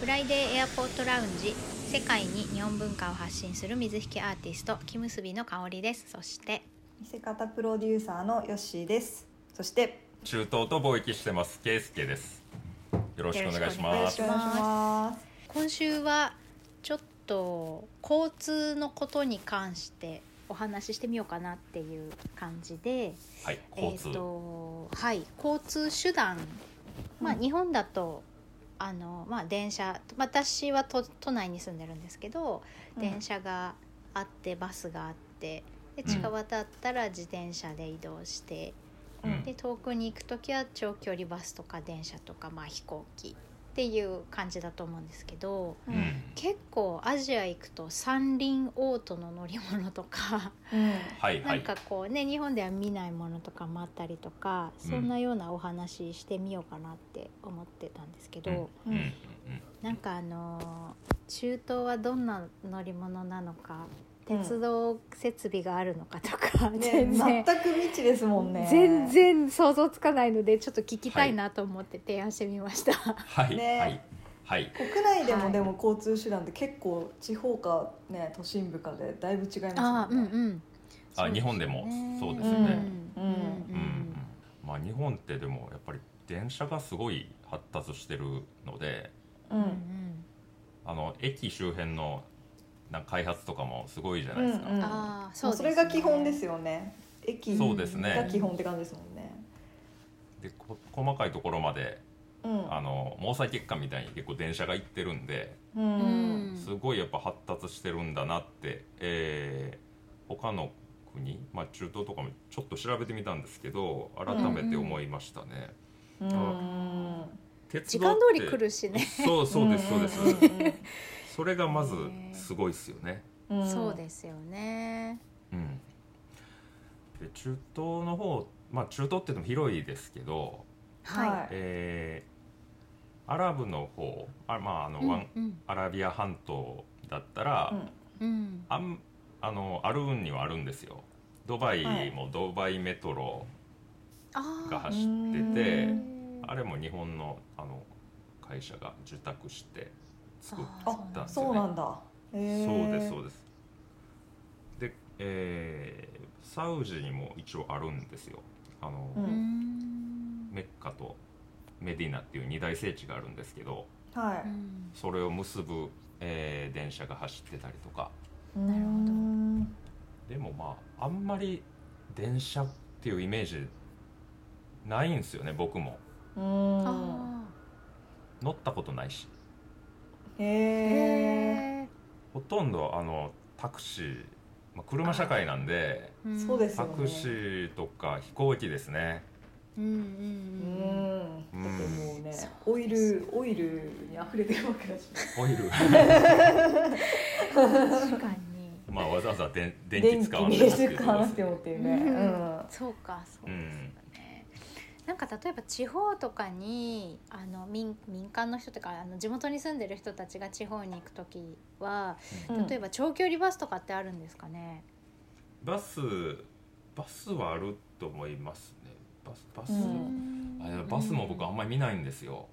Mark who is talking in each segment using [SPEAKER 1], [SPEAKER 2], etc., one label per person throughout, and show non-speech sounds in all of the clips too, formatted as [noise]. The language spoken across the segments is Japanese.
[SPEAKER 1] フライデーエアポートラウンジ世界に日本文化を発信する水引アーティスト木結びの香りですそして
[SPEAKER 2] 見せ方プロデューサーのヨッシーですそして
[SPEAKER 3] 中東と貿易してますケイスケですよろしくお願いし
[SPEAKER 1] よ
[SPEAKER 3] ま
[SPEAKER 1] ろ
[SPEAKER 3] す
[SPEAKER 1] くお願いします
[SPEAKER 2] ま
[SPEAKER 1] 今週はちょっと交通のことに関してお話ししてみようかなっていう感じで
[SPEAKER 3] はい交通、
[SPEAKER 1] えーとはい、交通手段、まあ、
[SPEAKER 2] うん
[SPEAKER 1] 日本だとあの、まあ、電車私は都都内に住んでるんですけど、
[SPEAKER 2] うん
[SPEAKER 1] 電車があってバスがあってで
[SPEAKER 3] うん
[SPEAKER 1] 近場だったら自転車で移動して、
[SPEAKER 3] うん
[SPEAKER 1] で遠くに行く時は長距離バスとか電車とか、まあ、飛行機っていう感じだと思うんですけど。
[SPEAKER 2] う
[SPEAKER 3] うんん、
[SPEAKER 1] 結構アジア行くと三輪オートの乗り物とか
[SPEAKER 2] うん
[SPEAKER 3] はいは
[SPEAKER 1] なん
[SPEAKER 3] い
[SPEAKER 1] かこうね日本では見ないものとかもあったりとか
[SPEAKER 3] うん
[SPEAKER 1] そんなようなお話ししてみようかなって思ってたんですけど、
[SPEAKER 3] うんうん
[SPEAKER 1] なんかあのー中東はどんな乗り物なのか
[SPEAKER 2] うん
[SPEAKER 1] 鉄道設備があるのかとか、
[SPEAKER 2] ね
[SPEAKER 1] 全然
[SPEAKER 2] 全。く未知ですもんね
[SPEAKER 1] 全然想像つかないのでちょっと聞きたいなと思って提案してみま
[SPEAKER 2] [laughs]
[SPEAKER 1] した、
[SPEAKER 3] はい、
[SPEAKER 2] ね
[SPEAKER 3] はいはい
[SPEAKER 2] 国内で
[SPEAKER 1] は
[SPEAKER 2] も
[SPEAKER 1] い
[SPEAKER 2] でも交通手段って結構地方かね都心部かでだいぶ違い
[SPEAKER 1] あ
[SPEAKER 2] ま
[SPEAKER 1] あ
[SPEAKER 2] す
[SPEAKER 1] うん
[SPEAKER 2] も
[SPEAKER 1] うん
[SPEAKER 2] ね
[SPEAKER 1] ん
[SPEAKER 3] あ
[SPEAKER 1] そうですね
[SPEAKER 3] 日本でもそうですよ
[SPEAKER 1] う
[SPEAKER 2] う
[SPEAKER 3] ね
[SPEAKER 2] ん
[SPEAKER 1] うん
[SPEAKER 2] ん
[SPEAKER 3] うん、まあ日本ってでもやっぱり電車がすごい発達してるので
[SPEAKER 2] うん
[SPEAKER 1] うん
[SPEAKER 3] あの駅周辺のなんか開発とかもすごいじゃないですか、
[SPEAKER 2] うん
[SPEAKER 1] ああ
[SPEAKER 2] そ
[SPEAKER 1] そううです
[SPEAKER 2] そ
[SPEAKER 1] ね
[SPEAKER 2] れが基本ですよね駅
[SPEAKER 3] そうです
[SPEAKER 2] が
[SPEAKER 3] ね
[SPEAKER 2] 基本って感じですもんね
[SPEAKER 3] でこ細かいところまで
[SPEAKER 2] うん
[SPEAKER 3] あの毛細血管みたいに結構電車が行ってるんで
[SPEAKER 2] う
[SPEAKER 1] うんん
[SPEAKER 3] すごいやっぱ発達してるんだなって、えー他の国、まあ、中東とかもちょっと調べてみたんですけど改めて思いましたね。
[SPEAKER 2] うん
[SPEAKER 1] あ時
[SPEAKER 3] 鉄道
[SPEAKER 1] 間
[SPEAKER 3] っ
[SPEAKER 1] 通
[SPEAKER 3] て
[SPEAKER 1] り来るしね
[SPEAKER 3] そうそうですそうです、
[SPEAKER 2] んんうん
[SPEAKER 3] それがまずすごいですよね。
[SPEAKER 2] うん
[SPEAKER 1] そうですよね。
[SPEAKER 3] うん、で中東の方、まあ、中東っていうのも広いですけど、
[SPEAKER 2] は
[SPEAKER 3] えーアラブの方あ、まああの
[SPEAKER 1] うん
[SPEAKER 3] ワン
[SPEAKER 1] うん
[SPEAKER 3] アラビア半島だったら、
[SPEAKER 2] うん
[SPEAKER 1] うん
[SPEAKER 3] あんあのあるんにはあるんですよドバ
[SPEAKER 2] はい
[SPEAKER 3] イもドバイメトロが
[SPEAKER 1] あ
[SPEAKER 3] 走って
[SPEAKER 1] ー
[SPEAKER 3] て、
[SPEAKER 2] う
[SPEAKER 3] あれも日本のあの会社が受託して作っ
[SPEAKER 1] あ
[SPEAKER 2] あ
[SPEAKER 3] たんですよ
[SPEAKER 2] そう
[SPEAKER 3] ね
[SPEAKER 2] なんだへ
[SPEAKER 3] そ
[SPEAKER 2] ー
[SPEAKER 3] うですそうですで、えーサウジにも一応あるんですよあの、
[SPEAKER 2] う
[SPEAKER 1] うんん
[SPEAKER 3] メッカとメディナっていう二大聖地があるんですけど
[SPEAKER 2] はい
[SPEAKER 1] うん
[SPEAKER 3] それを結ぶ、えー電車が走ってたりとか
[SPEAKER 2] な
[SPEAKER 1] るほど
[SPEAKER 3] でもまああんまり電車っていうイメージないんですよね僕も
[SPEAKER 2] ど。うん。
[SPEAKER 1] あ
[SPEAKER 3] 乗ったことないし
[SPEAKER 2] へ
[SPEAKER 1] ー
[SPEAKER 2] え。
[SPEAKER 1] へ
[SPEAKER 3] ほとんどあのタクシー、まあ、車社会なんで
[SPEAKER 1] ーん
[SPEAKER 2] そうです
[SPEAKER 3] タ
[SPEAKER 2] よね
[SPEAKER 3] クシーとか飛行機ですね
[SPEAKER 1] うんうん
[SPEAKER 2] う
[SPEAKER 1] うんうん
[SPEAKER 2] ん。だってもうね
[SPEAKER 1] そう、
[SPEAKER 2] オイルオイルに溢れてるわけだし。
[SPEAKER 3] オイル
[SPEAKER 1] 確かに
[SPEAKER 3] まあわざわざ電 [laughs] 電気
[SPEAKER 2] 電気
[SPEAKER 3] 使わな
[SPEAKER 2] に
[SPEAKER 3] くても
[SPEAKER 2] 使わなくてもっていうね。う
[SPEAKER 1] うん
[SPEAKER 2] ん。
[SPEAKER 1] そうかそうですね。なんか例えば地方とかにあの民民間の人とかあの地元に住んでる人たちが地方に行くときは
[SPEAKER 2] うん
[SPEAKER 1] 例えば長距離バスとかってあるんですかね。
[SPEAKER 3] バスバスはあると思いますねバスバス、
[SPEAKER 2] うん
[SPEAKER 3] あでもバスも僕あんまり見ないんですよ、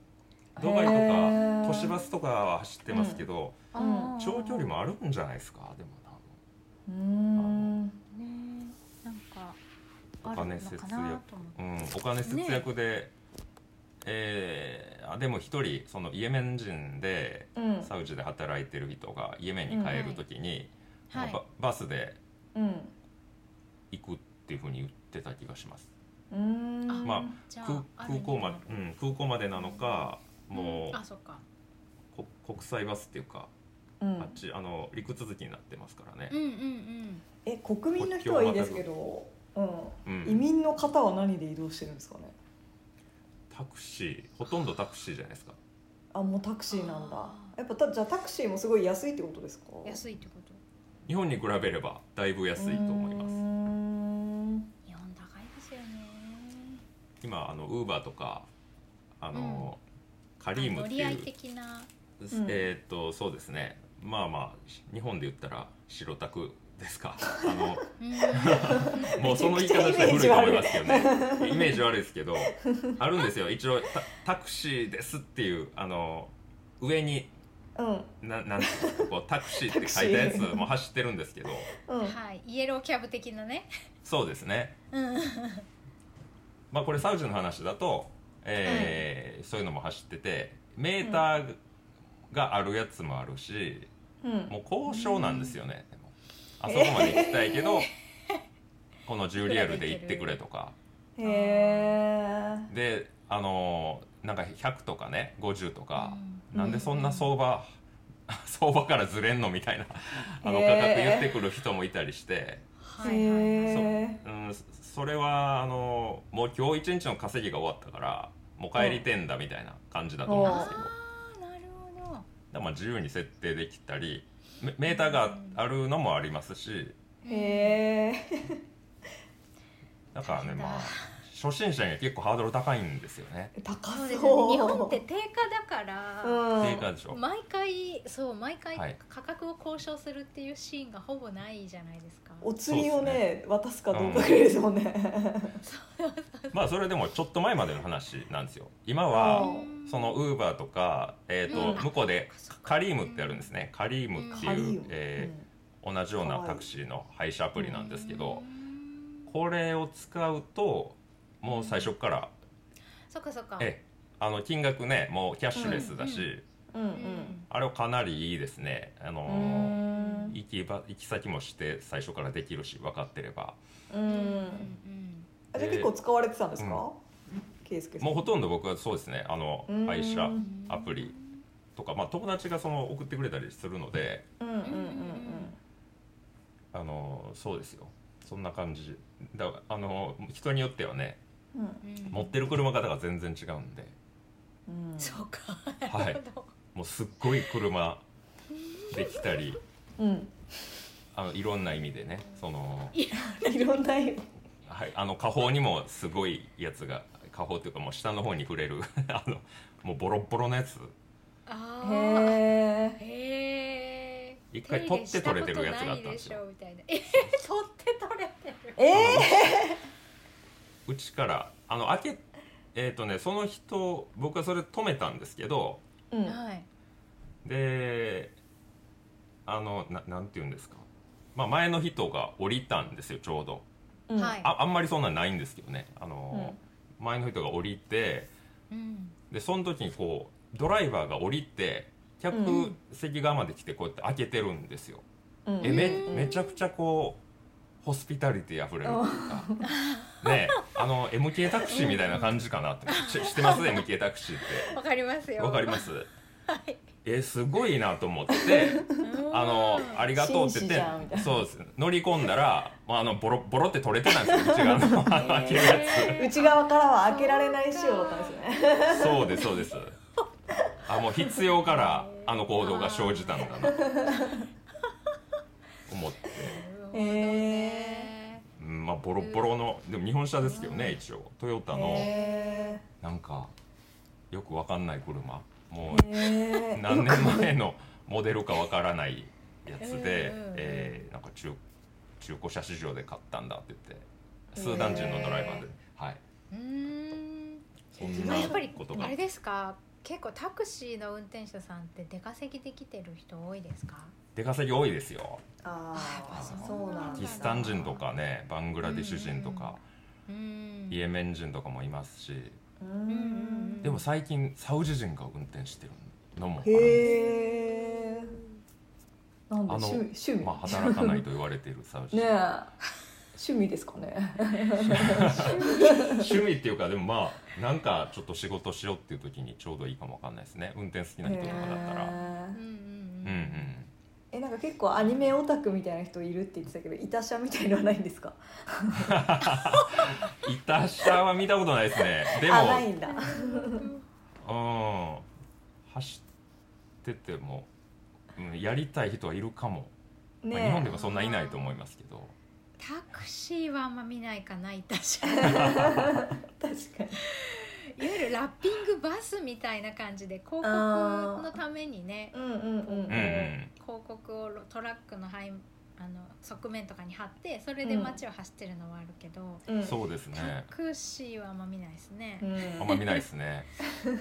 [SPEAKER 2] うん
[SPEAKER 3] ドバイと
[SPEAKER 2] へ
[SPEAKER 3] か
[SPEAKER 2] ー
[SPEAKER 3] 都市バスとかは走ってますけど、
[SPEAKER 1] あー
[SPEAKER 3] 長距離もあるんじゃないですかでもな
[SPEAKER 2] うん。
[SPEAKER 1] ねなんか
[SPEAKER 3] お
[SPEAKER 1] ある
[SPEAKER 3] 金
[SPEAKER 1] の
[SPEAKER 3] 節
[SPEAKER 1] か
[SPEAKER 3] 約
[SPEAKER 1] なと思って
[SPEAKER 3] うん、お金節約で、えーあでも一人そのイエメン人で
[SPEAKER 2] うん。
[SPEAKER 3] サウジで働いてる人がイエメンに帰る時に、
[SPEAKER 1] はい
[SPEAKER 3] まあババスで
[SPEAKER 2] うん。
[SPEAKER 3] 行くっていうふうに言ってた気がします
[SPEAKER 2] うん。
[SPEAKER 1] あ
[SPEAKER 3] まあ
[SPEAKER 1] じゃあ
[SPEAKER 3] 空
[SPEAKER 1] ある
[SPEAKER 3] 空
[SPEAKER 1] んだ
[SPEAKER 3] 港まで、うん、空港までなのかも
[SPEAKER 1] あそうか
[SPEAKER 3] うこ国際バスっていうか、
[SPEAKER 2] うん
[SPEAKER 3] あっちあの陸続きになってますからね
[SPEAKER 1] うん、うんうん
[SPEAKER 2] え、国民の人はいいですけど。う
[SPEAKER 3] うん
[SPEAKER 2] ん。移民の方は何で移動してるんですかね。
[SPEAKER 3] タクシーほとんどタクシーじゃないですか
[SPEAKER 2] あ、もうタクシーなんだ
[SPEAKER 1] あ。ー
[SPEAKER 2] やっぱたじゃあタクシーもすごい安いってことですか。
[SPEAKER 1] 安いってこと
[SPEAKER 3] 日本に比べればだいぶ安いと思いま
[SPEAKER 2] ま
[SPEAKER 3] す
[SPEAKER 1] 日本高いですよね
[SPEAKER 3] 今あのウーバーとかあの、カリーム
[SPEAKER 1] あ
[SPEAKER 3] っ
[SPEAKER 1] 乗
[SPEAKER 3] て
[SPEAKER 1] り合い
[SPEAKER 3] いう
[SPEAKER 1] 的な
[SPEAKER 2] うん
[SPEAKER 3] えーっとそうですねまあまあし日本で言ったら白タクですか
[SPEAKER 1] [laughs]
[SPEAKER 3] あの
[SPEAKER 1] うん
[SPEAKER 3] もうその言い方したら古いと思いますけどねイメージ悪いですけどあるんですよ一応タタクシーですっていうあの上に
[SPEAKER 2] うん
[SPEAKER 3] ななんていうんですかこうタクシーって書いたやつも走ってるんですけど [laughs]
[SPEAKER 2] うん
[SPEAKER 1] はい、イエローキャブ的なね。
[SPEAKER 3] そうですね
[SPEAKER 1] うん、
[SPEAKER 3] まあこれサウジの話だと、えーそういうのも走っててメーターがあるやつもあるし、
[SPEAKER 2] うん
[SPEAKER 3] もう交渉なんですよね、でもあそこまで行きたいけど、この10リアルで行ってくれとか
[SPEAKER 2] へえ
[SPEAKER 3] であのーなんか100とかね50とか、
[SPEAKER 2] うん
[SPEAKER 3] なんでそんな相場 [laughs] 相場からずれんのみたいなあの
[SPEAKER 2] へ
[SPEAKER 3] 価
[SPEAKER 2] ー
[SPEAKER 3] 格言ってくる人もいたりして、
[SPEAKER 1] はいはいはい。
[SPEAKER 2] へ
[SPEAKER 3] うん、そそれはあのーもう今日一日の稼ぎが終わったからもう帰りてんだみたいな感じだと思うんですけど、だか
[SPEAKER 1] ああ、なるほど。
[SPEAKER 3] らまあ自由に設定できたりメメーターがあるのもありますし
[SPEAKER 2] えへえ
[SPEAKER 3] だからね
[SPEAKER 1] 大変だ
[SPEAKER 3] まあ初心者には結構ハードル高いんですよね。
[SPEAKER 2] 高
[SPEAKER 1] そ
[SPEAKER 2] そうう
[SPEAKER 1] ですよね。日本って定価だから。
[SPEAKER 2] うん
[SPEAKER 3] 定価でしょ
[SPEAKER 1] 毎回そう毎回
[SPEAKER 3] はい
[SPEAKER 1] 価格を交渉するっていうシーンがほぼないじゃないですか。
[SPEAKER 2] お釣りをね
[SPEAKER 3] そう
[SPEAKER 2] 渡すかどうかぐらいですもんね、
[SPEAKER 3] まあそれでもちょっと前までの話なんですよ今
[SPEAKER 2] う
[SPEAKER 3] は
[SPEAKER 1] うん
[SPEAKER 3] そのウーバーとか、えーと
[SPEAKER 1] うん
[SPEAKER 3] 向こうで
[SPEAKER 1] そっか
[SPEAKER 3] カリームってあるんですねカリームって
[SPEAKER 1] カ
[SPEAKER 3] いう、えー同じようなタクシーの配車アプリなんですけど、
[SPEAKER 1] うん
[SPEAKER 3] これを使うともう最初から、
[SPEAKER 1] そっかそっか。
[SPEAKER 3] ええあの金額ねもうキャッシュレスだし、
[SPEAKER 1] うんう
[SPEAKER 2] うんうん
[SPEAKER 3] あれはかなりいいですねあ
[SPEAKER 2] う
[SPEAKER 3] のー
[SPEAKER 2] ん
[SPEAKER 3] 行き場行き先もして最初からできるし分かってれば
[SPEAKER 2] う
[SPEAKER 1] うんうん
[SPEAKER 2] んあじゃあ結構使われてたんですか、ケイスケさん
[SPEAKER 3] もうほとんど僕はそうですねあの
[SPEAKER 2] うん
[SPEAKER 3] 配車
[SPEAKER 1] うん
[SPEAKER 3] アプリとか、まあ、友達がその送ってくれたりするので、
[SPEAKER 2] うんうんうんうん
[SPEAKER 3] あのそうですよそんな感じだあの人によってはね
[SPEAKER 2] うん
[SPEAKER 1] うん
[SPEAKER 3] 持ってる車型が全然違うんで
[SPEAKER 2] うん
[SPEAKER 1] そうか。
[SPEAKER 3] はい
[SPEAKER 1] なるほど
[SPEAKER 3] もうすっごい車できたり
[SPEAKER 2] うん
[SPEAKER 3] あのいろんな意味でねその、
[SPEAKER 1] [laughs]
[SPEAKER 2] いろんな意味
[SPEAKER 3] はい、あの下方にもすごいやつが下方というかもう下の方に触れる [laughs] あのもうボロッボロのやつ
[SPEAKER 1] あー
[SPEAKER 2] へえ
[SPEAKER 1] へえ。
[SPEAKER 3] 一回取って取れてるやつがあったんですよ
[SPEAKER 1] 手入れしたことないでしょみたいな。え取って取れてる。
[SPEAKER 2] え
[SPEAKER 3] うちからあの開けえっ、とねその人僕はそれ止めたんですけど
[SPEAKER 2] ー、うん
[SPEAKER 1] はい。
[SPEAKER 3] であのななんて言うんですか、まあ、前の人が降りたんですよちょうど
[SPEAKER 2] うん
[SPEAKER 1] はい
[SPEAKER 3] ああんまりそんなんないんですけどねあの、前の人が降りて
[SPEAKER 1] うん。
[SPEAKER 3] でその時にこうドライバーが降りて客
[SPEAKER 2] うん
[SPEAKER 3] 席側まで来てこうやって開けてるんですよ、
[SPEAKER 2] うん
[SPEAKER 3] えめ
[SPEAKER 1] うん
[SPEAKER 3] めちゃくちゃこうホスピタリティあふれるっていうかねあの MK タクシーみたいな感じかなってし知ってます MK タクシーって
[SPEAKER 1] わかりますよ。
[SPEAKER 3] わかります
[SPEAKER 1] はい。
[SPEAKER 3] えすごいなと思ってあの
[SPEAKER 1] うん、
[SPEAKER 3] ありがとうっ
[SPEAKER 2] 紳
[SPEAKER 3] て言
[SPEAKER 2] 士じゃんみ
[SPEAKER 3] ったて
[SPEAKER 2] いな
[SPEAKER 3] そうです乗り込んだら、まあ、あのボロボロって取れてたんですよ内側の開けるや
[SPEAKER 1] [laughs]
[SPEAKER 2] 内側からは開けられない仕様だったんですね
[SPEAKER 3] つそうですそうですあもう必要からあの行動が生じたのかなと思って、
[SPEAKER 1] へえ
[SPEAKER 3] うんまあ、ボロボロのでも日本車ですけどね一応トヨタの
[SPEAKER 2] へ
[SPEAKER 3] なんかよくわかんない車も
[SPEAKER 2] えへ
[SPEAKER 3] う
[SPEAKER 2] え
[SPEAKER 3] 何年前の [laughs] モデルかわからないやつ
[SPEAKER 1] うんうんうん
[SPEAKER 3] で、えーなんか中中古車市場で買ったんだって言ってスーダン人のドライバーで、はい。
[SPEAKER 1] うーん
[SPEAKER 3] そん
[SPEAKER 1] ま
[SPEAKER 3] な
[SPEAKER 1] あやっぱり
[SPEAKER 3] こと
[SPEAKER 1] あ
[SPEAKER 3] が
[SPEAKER 1] れですか結構タクシーの運転手さんって出稼ぎできてる人多いですか
[SPEAKER 3] 出稼ぎ多いですよ
[SPEAKER 2] あ
[SPEAKER 1] あやっぱ
[SPEAKER 2] あ
[SPEAKER 1] そうなんだ
[SPEAKER 3] パキスタン人とかねバングラディシュ人とか、
[SPEAKER 1] うーん
[SPEAKER 3] イエメン人とかもいますし
[SPEAKER 2] う
[SPEAKER 1] うんうん
[SPEAKER 2] ん
[SPEAKER 1] うん
[SPEAKER 3] でも最近サウジ人が運転してるのもあるんで
[SPEAKER 2] へえなんだ
[SPEAKER 3] あの
[SPEAKER 2] 趣趣
[SPEAKER 3] す
[SPEAKER 2] 味、
[SPEAKER 3] まあ働かないと言われているサウ
[SPEAKER 2] [laughs]
[SPEAKER 3] ジ
[SPEAKER 2] ね
[SPEAKER 3] 人、
[SPEAKER 2] え趣味ですかね
[SPEAKER 3] 趣味っていうかでもまあなんかちょっと仕事しようっていう時にちょうどいいかもわかんないですね運転好きな人とかだった
[SPEAKER 1] う
[SPEAKER 3] ら、
[SPEAKER 2] へ
[SPEAKER 1] ん
[SPEAKER 2] え
[SPEAKER 1] うんう
[SPEAKER 3] う
[SPEAKER 1] ん
[SPEAKER 3] うん
[SPEAKER 1] ん
[SPEAKER 2] えなんか結構アニメオタクみたいな人いるって言ってたけどいたしゃみたいのはないんですか
[SPEAKER 3] いた下は見たことないですねで
[SPEAKER 2] あないんだ
[SPEAKER 3] もうん走ってても、うん、やりたい人はいるかもまあ日本
[SPEAKER 2] [laughs] ね
[SPEAKER 3] でもそんないないと思いますけど
[SPEAKER 1] タクシーはあんま見ないかないたしい
[SPEAKER 2] え確かに
[SPEAKER 1] わゆるラッピングバスみたいな感じで広告のためにね
[SPEAKER 2] うんうんうん
[SPEAKER 3] うんうん
[SPEAKER 1] 広告をトラックの背あの側面とかに貼ってそれで街を走ってるのはあるけど、
[SPEAKER 2] うんう
[SPEAKER 3] そうですね
[SPEAKER 1] タクシーはあんま見ないですね。
[SPEAKER 2] ん
[SPEAKER 3] あんま見ないですね
[SPEAKER 1] うん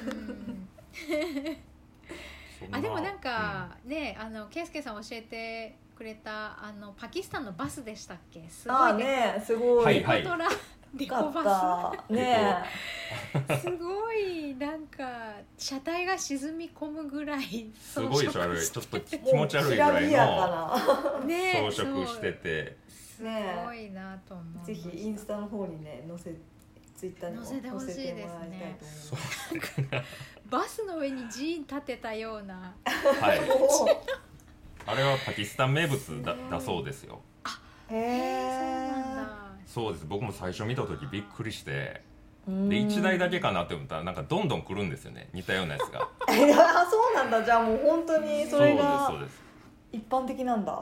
[SPEAKER 3] そんな
[SPEAKER 1] あでもなんか、ねあの圭介さん教えてくれたあのパキスタンのバスでしたっけすご
[SPEAKER 2] あ
[SPEAKER 1] い
[SPEAKER 2] ー
[SPEAKER 1] ね
[SPEAKER 2] ねすごい、
[SPEAKER 3] は
[SPEAKER 1] リ
[SPEAKER 3] い
[SPEAKER 1] コトラ、リ
[SPEAKER 2] よか
[SPEAKER 1] コ
[SPEAKER 2] っ
[SPEAKER 1] バ
[SPEAKER 2] たね
[SPEAKER 1] [laughs] スすごいなんか車体が沈み込むぐらい
[SPEAKER 3] すごいでしょあれちょっと気
[SPEAKER 2] もう
[SPEAKER 3] 持ち悪いぐらい
[SPEAKER 2] きやか
[SPEAKER 1] ね
[SPEAKER 3] の装飾してて
[SPEAKER 1] そう
[SPEAKER 2] ねえ
[SPEAKER 1] すごいなと思いま
[SPEAKER 2] な
[SPEAKER 1] した
[SPEAKER 2] ぜひインスタの方にね載せツイッターにも
[SPEAKER 1] 載せてほしいですね
[SPEAKER 2] 載せてもらいたいと思います
[SPEAKER 1] バスの上に寺院建てたような
[SPEAKER 3] はい
[SPEAKER 2] おー
[SPEAKER 3] あれはパキスタン名物だだそうですよ
[SPEAKER 2] [laughs] へ
[SPEAKER 1] へえ
[SPEAKER 2] え
[SPEAKER 1] そうなんだ
[SPEAKER 3] そうです僕も最初見た時びっくりしてで
[SPEAKER 2] で
[SPEAKER 3] 1台だけかなって思ったらなんかどんどん来るんですよね似たようなやつが
[SPEAKER 2] あそうなんだじゃあもう本当に [laughs] それ
[SPEAKER 3] そう
[SPEAKER 2] が
[SPEAKER 3] ですそう
[SPEAKER 2] 一般的なんだ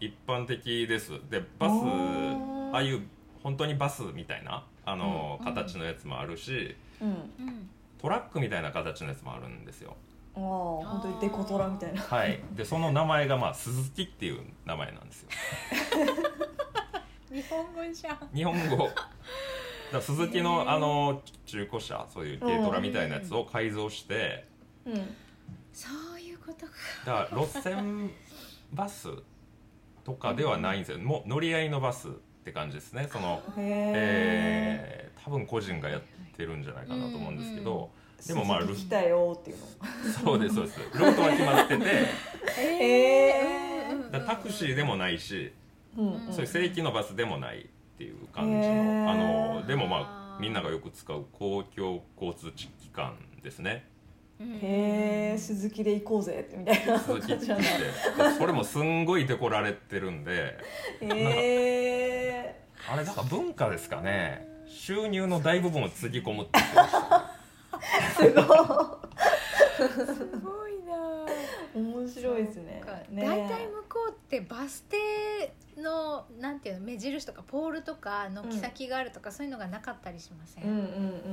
[SPEAKER 3] です一般的ですでバス
[SPEAKER 2] おー
[SPEAKER 3] ああいう本当にバスみたいなあの、
[SPEAKER 1] うん
[SPEAKER 3] 形のやつもあるし
[SPEAKER 2] うん
[SPEAKER 1] うん
[SPEAKER 3] トラックみたいな形のやつもあるんですよ
[SPEAKER 2] ああ本当にデコトラみたいな
[SPEAKER 3] はいでその名前がまあ鈴木っていう名前なんですよ
[SPEAKER 1] 日本語じゃん
[SPEAKER 3] 日本
[SPEAKER 2] [laughs]
[SPEAKER 3] 語だから鈴木
[SPEAKER 1] へ
[SPEAKER 3] の
[SPEAKER 1] ー
[SPEAKER 3] あの中古車そういう軽トラみたいなやつを改造して
[SPEAKER 2] うん
[SPEAKER 1] そういうことか
[SPEAKER 3] だから路線バスとかではないんですよもう乗り合いのバスって感じですねその
[SPEAKER 2] へえ
[SPEAKER 3] えー多分個人がやってるんじゃないかなと思うんですけ
[SPEAKER 1] うんうん
[SPEAKER 3] どでもまあル
[SPEAKER 2] 来たよっていうの
[SPEAKER 3] そうですそうですルートは決まっ
[SPEAKER 2] [laughs]
[SPEAKER 3] てて
[SPEAKER 1] え
[SPEAKER 2] えー
[SPEAKER 3] だからタクシーでもないし
[SPEAKER 2] うん
[SPEAKER 3] そういう正規のバスでもないっていう感じ
[SPEAKER 2] へー
[SPEAKER 3] のあのでもま
[SPEAKER 1] あ
[SPEAKER 3] あ
[SPEAKER 1] ー
[SPEAKER 3] みんながよく使う公共交通機関ですね
[SPEAKER 2] へえ鈴木で行こうぜみたいな
[SPEAKER 3] 鈴木
[SPEAKER 2] 感
[SPEAKER 3] って
[SPEAKER 2] じな
[SPEAKER 3] 言っ
[SPEAKER 2] ん
[SPEAKER 3] て
[SPEAKER 2] だ
[SPEAKER 3] それもすんごいデコられてるんで
[SPEAKER 2] へえ
[SPEAKER 3] あれなんか文化ですかね収入の大部分をつぎ込むっ
[SPEAKER 1] [laughs]
[SPEAKER 3] て言ってました
[SPEAKER 2] すごい
[SPEAKER 1] すごいな
[SPEAKER 2] 面白いですね
[SPEAKER 1] そうか
[SPEAKER 2] ね
[SPEAKER 1] 大体向こうってバス停のなんていうの目印とかポールとか軒先があるとか、そういうのがなかったりしません、
[SPEAKER 2] うんうんう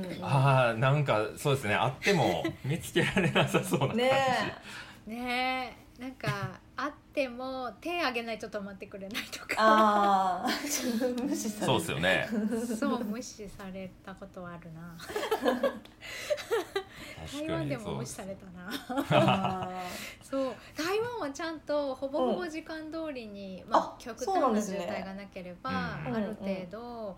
[SPEAKER 2] ん
[SPEAKER 3] あーなんかそうですねあっても見つけられなさそうな感じ、
[SPEAKER 2] ね
[SPEAKER 1] ねえなんかあっても手あげないと止まってくれないとか
[SPEAKER 2] ああ無視され
[SPEAKER 3] そう
[SPEAKER 2] る
[SPEAKER 3] ですよね
[SPEAKER 1] そう無視されたことはあるな
[SPEAKER 3] 確
[SPEAKER 1] 台
[SPEAKER 3] か
[SPEAKER 1] 湾で
[SPEAKER 3] に
[SPEAKER 1] も
[SPEAKER 3] そう
[SPEAKER 1] 無
[SPEAKER 3] で
[SPEAKER 1] 視
[SPEAKER 3] す
[SPEAKER 1] されたな
[SPEAKER 2] あ
[SPEAKER 1] そう台湾はちゃんとほぼほぼ時間通りに、ま
[SPEAKER 2] あ
[SPEAKER 1] あ、極
[SPEAKER 2] そう
[SPEAKER 1] 端
[SPEAKER 2] なんで
[SPEAKER 1] な
[SPEAKER 2] す
[SPEAKER 1] 渋
[SPEAKER 2] ね
[SPEAKER 1] 滞がなければ、
[SPEAKER 3] うん
[SPEAKER 1] ある程度、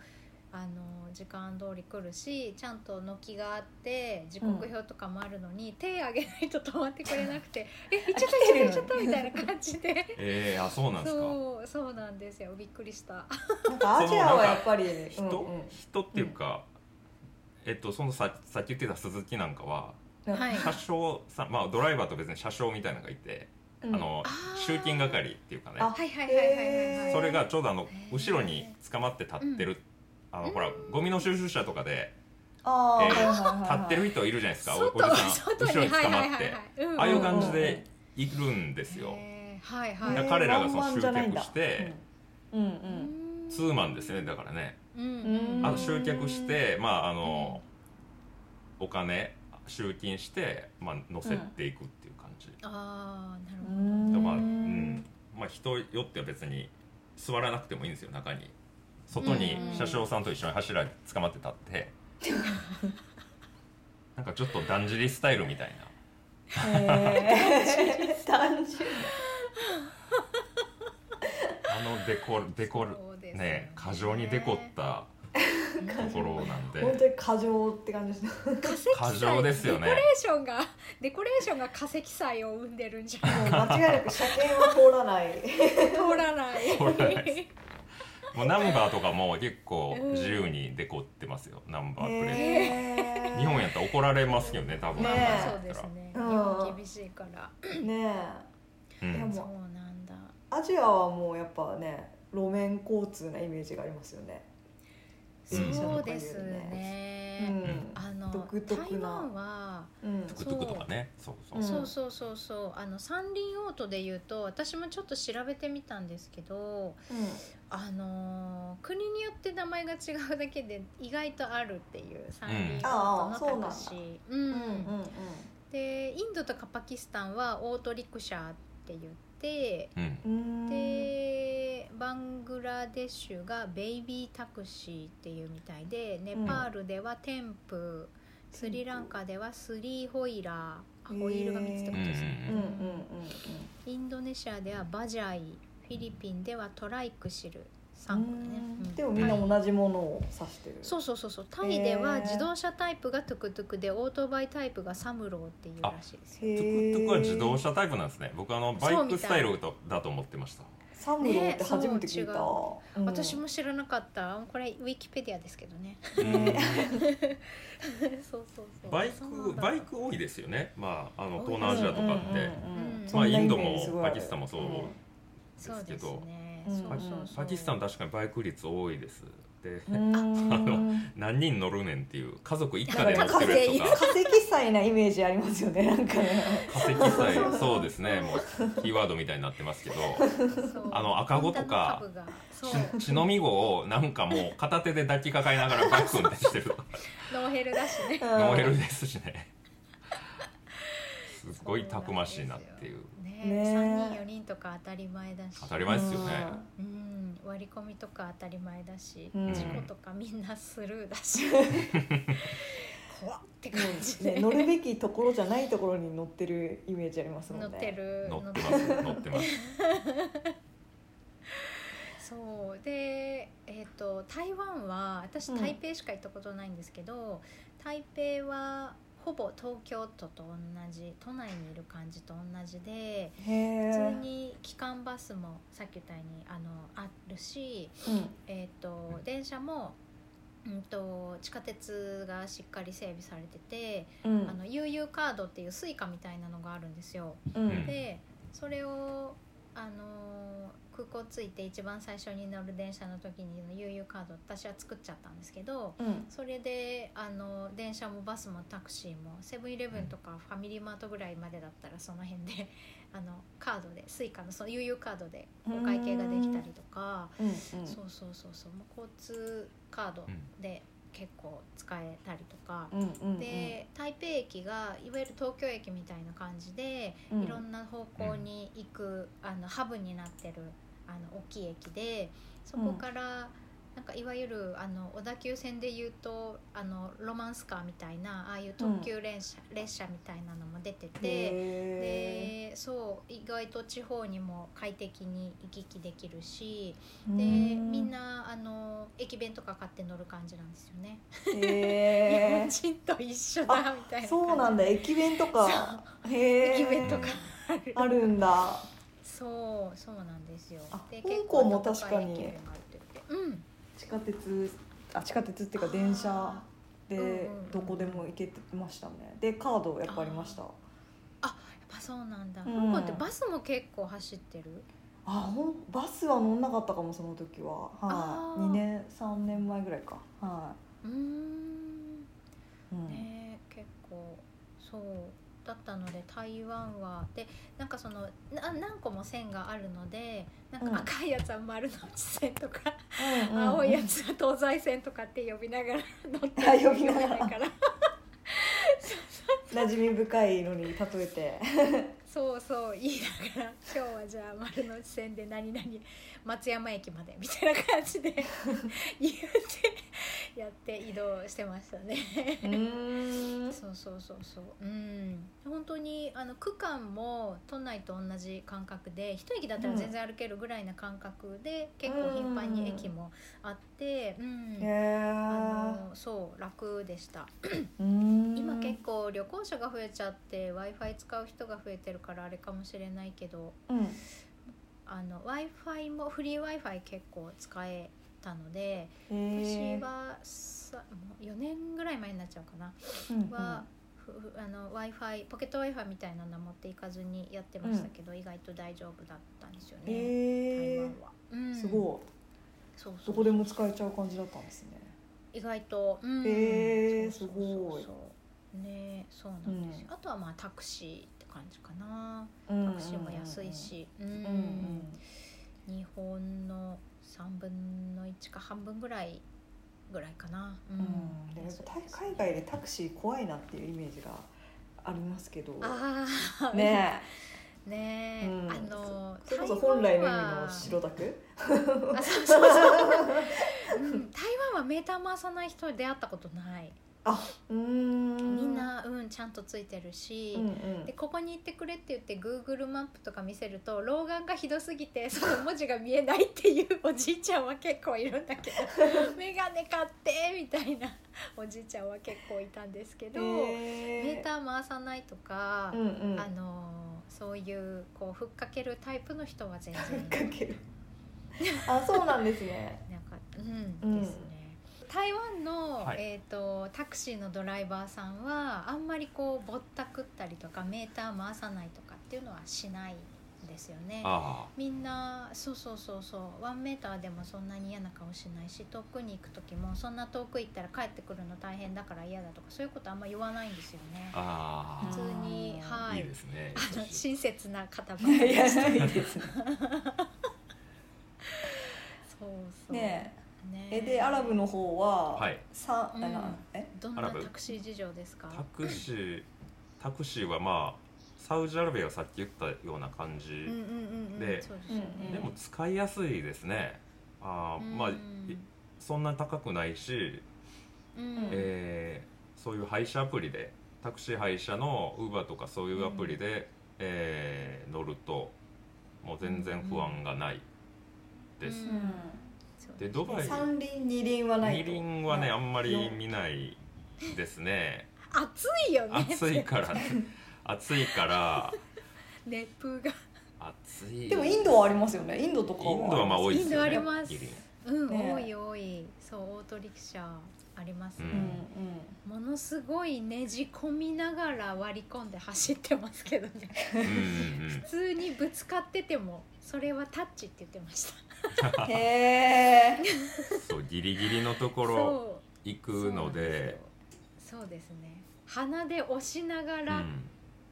[SPEAKER 1] あの時間通り来るしちゃんと軒があって時刻表とかもあるのに、手あげないと止まってくれなく
[SPEAKER 3] [laughs]
[SPEAKER 1] て「え行っちゃった
[SPEAKER 2] 来てる
[SPEAKER 1] 行っちゃった行っちゃった」みたいな感じで
[SPEAKER 3] えー、あそうなんですか
[SPEAKER 1] そうそうなんですよびっくりした。
[SPEAKER 2] ーなんかアジアはやっぱり
[SPEAKER 3] 人、
[SPEAKER 2] うんうん
[SPEAKER 3] 人っていうか、えっとそのささっき言ってた鈴木なんかは
[SPEAKER 2] なんか
[SPEAKER 1] はい
[SPEAKER 3] 車掌さんまあドライバーと別に車掌みたいなのがいて、
[SPEAKER 2] うん
[SPEAKER 3] あの
[SPEAKER 1] あー
[SPEAKER 3] 集金係っていうかね
[SPEAKER 2] あ
[SPEAKER 1] はいはいはいはいはいはい、
[SPEAKER 2] へー
[SPEAKER 3] それがちょうどあの
[SPEAKER 1] へー
[SPEAKER 3] 後ろに捕まって立ってる、あのほらゴミの収集車とかで
[SPEAKER 2] あー
[SPEAKER 3] え
[SPEAKER 2] は
[SPEAKER 3] ー
[SPEAKER 2] いはいはい
[SPEAKER 3] 立
[SPEAKER 2] はい
[SPEAKER 3] ってる人いるじゃないですか、おお
[SPEAKER 1] 外
[SPEAKER 3] じさん
[SPEAKER 1] 外
[SPEAKER 3] 後ろ
[SPEAKER 1] に
[SPEAKER 3] に
[SPEAKER 1] はい
[SPEAKER 3] 捕ま
[SPEAKER 1] はい
[SPEAKER 3] っ
[SPEAKER 1] はい
[SPEAKER 3] て
[SPEAKER 1] はい、うん
[SPEAKER 3] ああいう
[SPEAKER 1] うん
[SPEAKER 3] 感じでいるんですよ、
[SPEAKER 1] へーはい
[SPEAKER 2] へ
[SPEAKER 1] は
[SPEAKER 2] ー
[SPEAKER 1] い
[SPEAKER 3] だから彼らがその
[SPEAKER 2] ワンマンじゃないんだ
[SPEAKER 3] 集客して
[SPEAKER 2] うんうん
[SPEAKER 1] う
[SPEAKER 2] うん
[SPEAKER 1] ん
[SPEAKER 3] ツーマンですねだからね
[SPEAKER 1] うん
[SPEAKER 2] うん
[SPEAKER 3] あの集客してまああの、お金集金して、まあ、乗せていくっていう感じ、
[SPEAKER 1] ああなるほ
[SPEAKER 2] う
[SPEAKER 1] ど、
[SPEAKER 2] ん
[SPEAKER 3] でまあうんまあ、人よっては別に座らなくてもいいんですよ中に外に
[SPEAKER 1] うん
[SPEAKER 3] 車掌さんと一緒に柱に捕まって立って、
[SPEAKER 1] [laughs]
[SPEAKER 3] なんかちょっとだんじりスタイルみたいな
[SPEAKER 2] へー単純
[SPEAKER 3] あのデコデコる
[SPEAKER 1] そうですよ
[SPEAKER 3] ね過剰にデコったとこ
[SPEAKER 1] [laughs]
[SPEAKER 3] ろなん
[SPEAKER 2] 本
[SPEAKER 3] で
[SPEAKER 2] 当に過剰って感じですね
[SPEAKER 1] 化石
[SPEAKER 3] 過剰ですよね
[SPEAKER 1] デコレーションがデコレーションが化石祭を生んでるんじゃない
[SPEAKER 2] もう間違いなく車検は通らない
[SPEAKER 1] 通らない
[SPEAKER 3] 通らな
[SPEAKER 1] [laughs]
[SPEAKER 3] いでもうナンバーとかも結構自由にデコってますよナンバープレート
[SPEAKER 2] へー
[SPEAKER 3] 日本やったら怒られますけどね多分
[SPEAKER 2] ね
[SPEAKER 3] ナンバー
[SPEAKER 1] そ
[SPEAKER 3] だ
[SPEAKER 1] う
[SPEAKER 3] った
[SPEAKER 1] で
[SPEAKER 3] ら
[SPEAKER 1] すね
[SPEAKER 2] うん
[SPEAKER 1] 日本厳しいから
[SPEAKER 2] ね
[SPEAKER 3] う
[SPEAKER 2] えで
[SPEAKER 3] ん
[SPEAKER 1] そう
[SPEAKER 2] も
[SPEAKER 1] なんだ
[SPEAKER 2] アジアはもうやっぱね路面交通なイメージがありますよね
[SPEAKER 3] うん
[SPEAKER 1] そうです
[SPEAKER 2] う
[SPEAKER 1] ね、
[SPEAKER 2] ん
[SPEAKER 1] あの
[SPEAKER 2] 独特
[SPEAKER 1] 台
[SPEAKER 2] な
[SPEAKER 1] 湾は
[SPEAKER 2] うん
[SPEAKER 3] トゥクトゥクとかねそうそう
[SPEAKER 1] そ
[SPEAKER 2] うん
[SPEAKER 1] うそうそうそうあの三輪オートで言うと私もちょっと調べてみたんですけどあのー国によって名前が違うだけで意外とあるっていう三輪オートのタクシー、うん
[SPEAKER 2] うんうんうん
[SPEAKER 1] でインドとかパキスタンはオートリクシャって言って
[SPEAKER 3] うん
[SPEAKER 2] うん
[SPEAKER 1] でバングラデシュがベイビータクシーっていうみたいでネパールではテンプ、スリランカではスリーホイラーあホイールが3つってことですね、
[SPEAKER 2] うんうんうん
[SPEAKER 1] インドネシアではバジャイフィリピンではトライクシル
[SPEAKER 2] う
[SPEAKER 1] 3個だね、うん
[SPEAKER 2] んでもみんな同じものを指してる
[SPEAKER 1] そうそうそうそうタイでは自動車タイプがトゥクトゥクでオートバイタイプがサムローっていうらしいですよ
[SPEAKER 2] へ
[SPEAKER 3] ト
[SPEAKER 2] ー
[SPEAKER 3] ゥクトゥクは自動車タイプなんですね僕あのバイクスタイルだだと思ってました
[SPEAKER 2] サムローって初めて聞いた、
[SPEAKER 1] ねそ
[SPEAKER 2] うん
[SPEAKER 1] 私も知らなかったこれウィキペディアですけどね
[SPEAKER 3] うん
[SPEAKER 1] そうそうそう
[SPEAKER 3] バイ
[SPEAKER 1] そう
[SPEAKER 3] ク
[SPEAKER 1] なんだ
[SPEAKER 3] バイク多いですよねまああの
[SPEAKER 1] 多い
[SPEAKER 3] 東南アジアとかっ
[SPEAKER 2] う
[SPEAKER 3] て、
[SPEAKER 2] んうんうん
[SPEAKER 1] まあ
[SPEAKER 2] そんな
[SPEAKER 3] インド
[SPEAKER 2] イメージすごいある
[SPEAKER 3] もパキスタンもそう
[SPEAKER 2] うん
[SPEAKER 1] そうですね、
[SPEAKER 2] うん
[SPEAKER 1] そうそうそう
[SPEAKER 3] パキスタン確かにバイク率多いですで
[SPEAKER 2] あの
[SPEAKER 3] 何人乗るねんっていう家族一家で乗ってるやつとか
[SPEAKER 2] 化石祭なイメージありますよねなんかね
[SPEAKER 3] 化石さえ [laughs] そうですねもうキーワードみたいになってますけど
[SPEAKER 1] そう
[SPEAKER 3] あの赤子とか
[SPEAKER 1] インターの株がそう
[SPEAKER 2] [laughs]
[SPEAKER 3] 血のみごをなんかもう片手で抱きかかえながらバイク運転してる
[SPEAKER 1] ノーヘルだしね
[SPEAKER 3] ノーヘルですしねすごいたくましいなっていう
[SPEAKER 1] ね
[SPEAKER 2] ね
[SPEAKER 1] 三人四人とか当たり前だし
[SPEAKER 3] 当たり前ですよね
[SPEAKER 1] うん割り込みとか当たり前だし、
[SPEAKER 2] うん
[SPEAKER 1] 事故とかみんなスルーだ
[SPEAKER 2] [laughs]
[SPEAKER 1] し怖って感じ
[SPEAKER 2] うん
[SPEAKER 1] で、
[SPEAKER 2] ね乗るべきところじゃないところに乗ってるイメージありますもん
[SPEAKER 1] 乗
[SPEAKER 2] ね
[SPEAKER 1] ってる
[SPEAKER 3] 乗ってます乗ってます
[SPEAKER 1] そうで、えー、と台湾は私
[SPEAKER 2] うん
[SPEAKER 1] 台北しか行ったことないんですけど、台北はほぼ東京都と同じ都内にいる感じと同じで
[SPEAKER 2] へえ
[SPEAKER 1] 普通に機関バスもさっき言ったようにあのあるし、えー、と電車も、うん、と地下鉄がしっかり整備されてて、
[SPEAKER 2] うん
[SPEAKER 1] あの UU カードっていうスイカみたいなのがあるんですよ。
[SPEAKER 2] うん
[SPEAKER 3] うん
[SPEAKER 1] でそれをあのー空港着いて一番最初に乗る電車の時にの UU カード私は作っちゃったんですけど
[SPEAKER 2] うん
[SPEAKER 1] それであの電車もバスもタクシーもセブンイレブンとかファミリーマートぐらいまでだったらその辺であのカードでスイカのその UU カードでお会計ができたりとか
[SPEAKER 2] うん
[SPEAKER 1] そうそうそうそうもう交通カードで結構使えたりとか。
[SPEAKER 2] うんうんうん
[SPEAKER 1] で台北駅がいわゆる東京駅みたいな感じで
[SPEAKER 2] うん
[SPEAKER 1] いろんな方向に行く、あのハブになってるあの大きい駅でそこから、なんかいわゆるあの小田急線でいうとあのロマンスカーみたいなああいう特急列車,、列車みたいなのも出てて。
[SPEAKER 2] へ
[SPEAKER 1] でそう意外と地方にも快適に行き来できるし
[SPEAKER 2] ー
[SPEAKER 1] で
[SPEAKER 2] うん
[SPEAKER 1] みんなあの駅弁とか買って乗る感じなんですよね。日 [laughs]
[SPEAKER 2] へ
[SPEAKER 1] 本
[SPEAKER 2] ー
[SPEAKER 1] 人と一緒だみたいな感じ
[SPEAKER 2] そうなんだ駅弁とかへー
[SPEAKER 1] 駅弁とか
[SPEAKER 2] あるんだ
[SPEAKER 1] そうそうなんですよ
[SPEAKER 2] あ
[SPEAKER 1] で
[SPEAKER 2] 香
[SPEAKER 1] 結
[SPEAKER 2] 港
[SPEAKER 1] 構
[SPEAKER 2] も確かに
[SPEAKER 1] 高い駅弁があるって言ってうん
[SPEAKER 2] 地下鉄あ地下鉄っていうか電車
[SPEAKER 1] あー
[SPEAKER 2] で
[SPEAKER 1] うんうんうん
[SPEAKER 2] どこでも行けてましたねでカードやっぱありましたあ
[SPEAKER 1] やっぱそうなんだ、
[SPEAKER 2] うん
[SPEAKER 1] 香港ってバスも結構走ってる
[SPEAKER 2] ほんバスは乗んなかったかもその時は
[SPEAKER 1] あ
[SPEAKER 2] は
[SPEAKER 1] ー
[SPEAKER 2] い2年3年前ぐらいかは
[SPEAKER 1] うーん
[SPEAKER 2] い、うん
[SPEAKER 1] ねえ結構そうだったので台湾はでなんかそのな何個も線があるのでなん
[SPEAKER 2] うん
[SPEAKER 1] か赤いやつは丸の内線とか、
[SPEAKER 2] うんうんうん
[SPEAKER 1] 青いやつは東西線とかって呼びながら乗って
[SPEAKER 2] あ呼びながら
[SPEAKER 1] 呼びら
[SPEAKER 2] 馴染み深いのに例えて
[SPEAKER 1] そうそう言いながら「今日はじゃあ丸の内線で何々松山駅まで」みたいな感
[SPEAKER 2] [laughs]
[SPEAKER 1] じで言うてやって移動してましたね。
[SPEAKER 2] うーん
[SPEAKER 1] そうそうそうそううん本当にあの区間も都内と同じ感覚で一駅だったら全然歩けるぐらいな感覚で、結構頻繁に駅もあってうん、
[SPEAKER 2] へ
[SPEAKER 1] あ
[SPEAKER 2] ー
[SPEAKER 1] のそう楽でした
[SPEAKER 2] うーん
[SPEAKER 1] 今結構旅行者が増えちゃって w i f i 使う人が増えてるからあれかもしれないけど
[SPEAKER 2] うん
[SPEAKER 1] あの w i f i もフリー w i f i 結構使えたので
[SPEAKER 2] へ
[SPEAKER 1] 私
[SPEAKER 2] ー
[SPEAKER 1] はさもう4年ぐらい前になっちゃうかな、
[SPEAKER 2] うんうん
[SPEAKER 1] はふふあの w i f i ポケット w i f i みたいなの持っていかずにやってましたけど、意外と大丈夫だったんですよね、台
[SPEAKER 2] へ
[SPEAKER 1] 湾は、うん
[SPEAKER 2] ーすご
[SPEAKER 1] そう
[SPEAKER 2] い
[SPEAKER 1] そ
[SPEAKER 2] ど
[SPEAKER 1] う
[SPEAKER 2] こでも使えちゃう感じだったんですね
[SPEAKER 1] 意外と、うん
[SPEAKER 2] へー
[SPEAKER 1] そうそうそう
[SPEAKER 2] す
[SPEAKER 1] そうねそうなんですよ、あとはまあタクシーって感じかなタクシーも安いしうん
[SPEAKER 2] うんうん
[SPEAKER 1] 日本の3分の1か半分ぐらいぐらいかな、うん
[SPEAKER 2] うん、でやっぱ海海外でタクシー怖いなっていうイメージがありますけど
[SPEAKER 1] ああ
[SPEAKER 2] ね
[SPEAKER 1] えねえ、
[SPEAKER 2] うん
[SPEAKER 1] あの
[SPEAKER 2] えそれこそ本来の意味の
[SPEAKER 1] 台
[SPEAKER 2] 白だく
[SPEAKER 1] 湾はあそうそうそううん台湾はメーター回さない人に出会ったことない
[SPEAKER 2] あうーん
[SPEAKER 1] みん、なうんちゃんとついてるし、
[SPEAKER 2] うんうん
[SPEAKER 1] でここに行ってくれって言って Google マップとか見せると老眼がひどすぎてその文字が見えないっていうおじいちゃんは結構いるんだけ
[SPEAKER 2] [laughs]
[SPEAKER 1] ど「眼鏡買って!」みたいな [laughs] おじいちゃんは結構いたんですけど、メー
[SPEAKER 2] え
[SPEAKER 1] ター回さないとか、
[SPEAKER 2] うんうん
[SPEAKER 1] あのそういうこうふっかけるタイプの人は全然いない
[SPEAKER 2] かけるあそうなんですね
[SPEAKER 1] なんか、うん、
[SPEAKER 2] うん
[SPEAKER 1] ですね。台湾の、
[SPEAKER 3] はい
[SPEAKER 1] えっ、と、タクシーのドライバーさんは、あんまりこうぼったくったりとか、メーター回さないとかっていうのはしないんですよね。
[SPEAKER 3] あ
[SPEAKER 1] みんなそうそうそうそうワンメーターでもそんなに嫌な顔しないし遠くに行く時もそんな遠く行ったら帰ってくるの大変だから嫌だとかそういうことあんま言わないんですよね
[SPEAKER 3] ああ
[SPEAKER 1] 普通に
[SPEAKER 2] あ
[SPEAKER 3] あ、、
[SPEAKER 1] はいい
[SPEAKER 3] いですね
[SPEAKER 1] あの親切な方ばか
[SPEAKER 2] いや
[SPEAKER 1] り
[SPEAKER 2] い
[SPEAKER 1] でした
[SPEAKER 2] やいいですね
[SPEAKER 1] そうそう
[SPEAKER 2] ね
[SPEAKER 1] ね
[SPEAKER 2] ええでアラブの方は、
[SPEAKER 3] はい
[SPEAKER 2] さあな
[SPEAKER 1] うん
[SPEAKER 2] え
[SPEAKER 1] どん
[SPEAKER 3] ア
[SPEAKER 1] な
[SPEAKER 3] ラブ
[SPEAKER 1] タクシー事情ですか
[SPEAKER 3] タクシータクシーはまあサウジアラビアがさっき言ったような感じ、
[SPEAKER 1] うんうんうんうん
[SPEAKER 3] で
[SPEAKER 1] そうですよね
[SPEAKER 2] うんうん
[SPEAKER 3] でも使いやすいですねあーまあ
[SPEAKER 1] う
[SPEAKER 3] い
[SPEAKER 1] ん
[SPEAKER 3] そんなに高くないし、
[SPEAKER 1] うん
[SPEAKER 3] えーそういう配車アプリでタクシー配車のウーバーとかそういうアプリで、えー乗るともう全然不安がないです、
[SPEAKER 1] うんそう
[SPEAKER 3] でドバイ
[SPEAKER 2] 三輪二輪はない
[SPEAKER 3] 二
[SPEAKER 2] と
[SPEAKER 3] 輪はねあんまり
[SPEAKER 2] 四
[SPEAKER 3] 見ないですね
[SPEAKER 1] 暑いよね
[SPEAKER 3] [laughs] 暑いからね暑いから
[SPEAKER 1] [laughs] 熱風が
[SPEAKER 3] 暑い
[SPEAKER 2] でもインドはありますよねインドとか
[SPEAKER 3] インドはまあ多いですよね
[SPEAKER 1] インドあります
[SPEAKER 3] 二輪
[SPEAKER 1] うん、
[SPEAKER 2] ね
[SPEAKER 1] 多い多いそうオートリクシャあります
[SPEAKER 2] うんう
[SPEAKER 1] ね、
[SPEAKER 2] ん
[SPEAKER 1] ものすごいねじ込みながら割り込んで走ってますけどね
[SPEAKER 3] うんうんうん
[SPEAKER 1] 普通にぶつかっててもそれはタッチって言ってました
[SPEAKER 2] へえ
[SPEAKER 3] そうギリギリのところ
[SPEAKER 1] そう
[SPEAKER 3] 行くので
[SPEAKER 1] そうなんですよそうですね鼻で押しなが
[SPEAKER 3] う
[SPEAKER 1] ら、
[SPEAKER 3] ん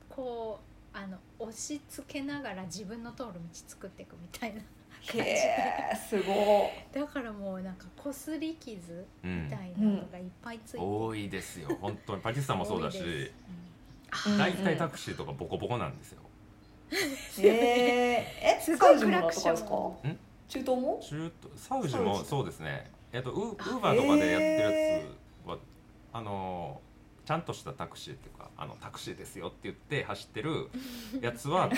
[SPEAKER 1] こうあの押し付けながら自分の通る道作っていくみたいな
[SPEAKER 2] へえすご
[SPEAKER 1] だからもうなんかこすり傷
[SPEAKER 3] う
[SPEAKER 1] み
[SPEAKER 3] ん
[SPEAKER 1] たいなのがいっぱいついてる、
[SPEAKER 3] 多いですよ本当にパキスタンもそうだし
[SPEAKER 1] 多いです
[SPEAKER 2] うん
[SPEAKER 3] 大体タクシーとかボコボコなんですよ
[SPEAKER 2] いへええ
[SPEAKER 1] す
[SPEAKER 2] す
[SPEAKER 1] ご
[SPEAKER 2] ご
[SPEAKER 1] い
[SPEAKER 2] い
[SPEAKER 1] ク
[SPEAKER 2] ク
[SPEAKER 1] ラ
[SPEAKER 2] ラ
[SPEAKER 1] ク
[SPEAKER 2] ク
[SPEAKER 1] シ
[SPEAKER 2] シ
[SPEAKER 1] ョン
[SPEAKER 2] ョンですか中東も
[SPEAKER 3] 中東サウジ
[SPEAKER 2] サウ
[SPEAKER 3] も
[SPEAKER 2] ジ
[SPEAKER 3] そうですねえっとウウ
[SPEAKER 1] あ
[SPEAKER 3] ーバーとかでやってるやつはあのちゃんとしたタクシーっていうかあのタクシーですよって言って走ってるやつは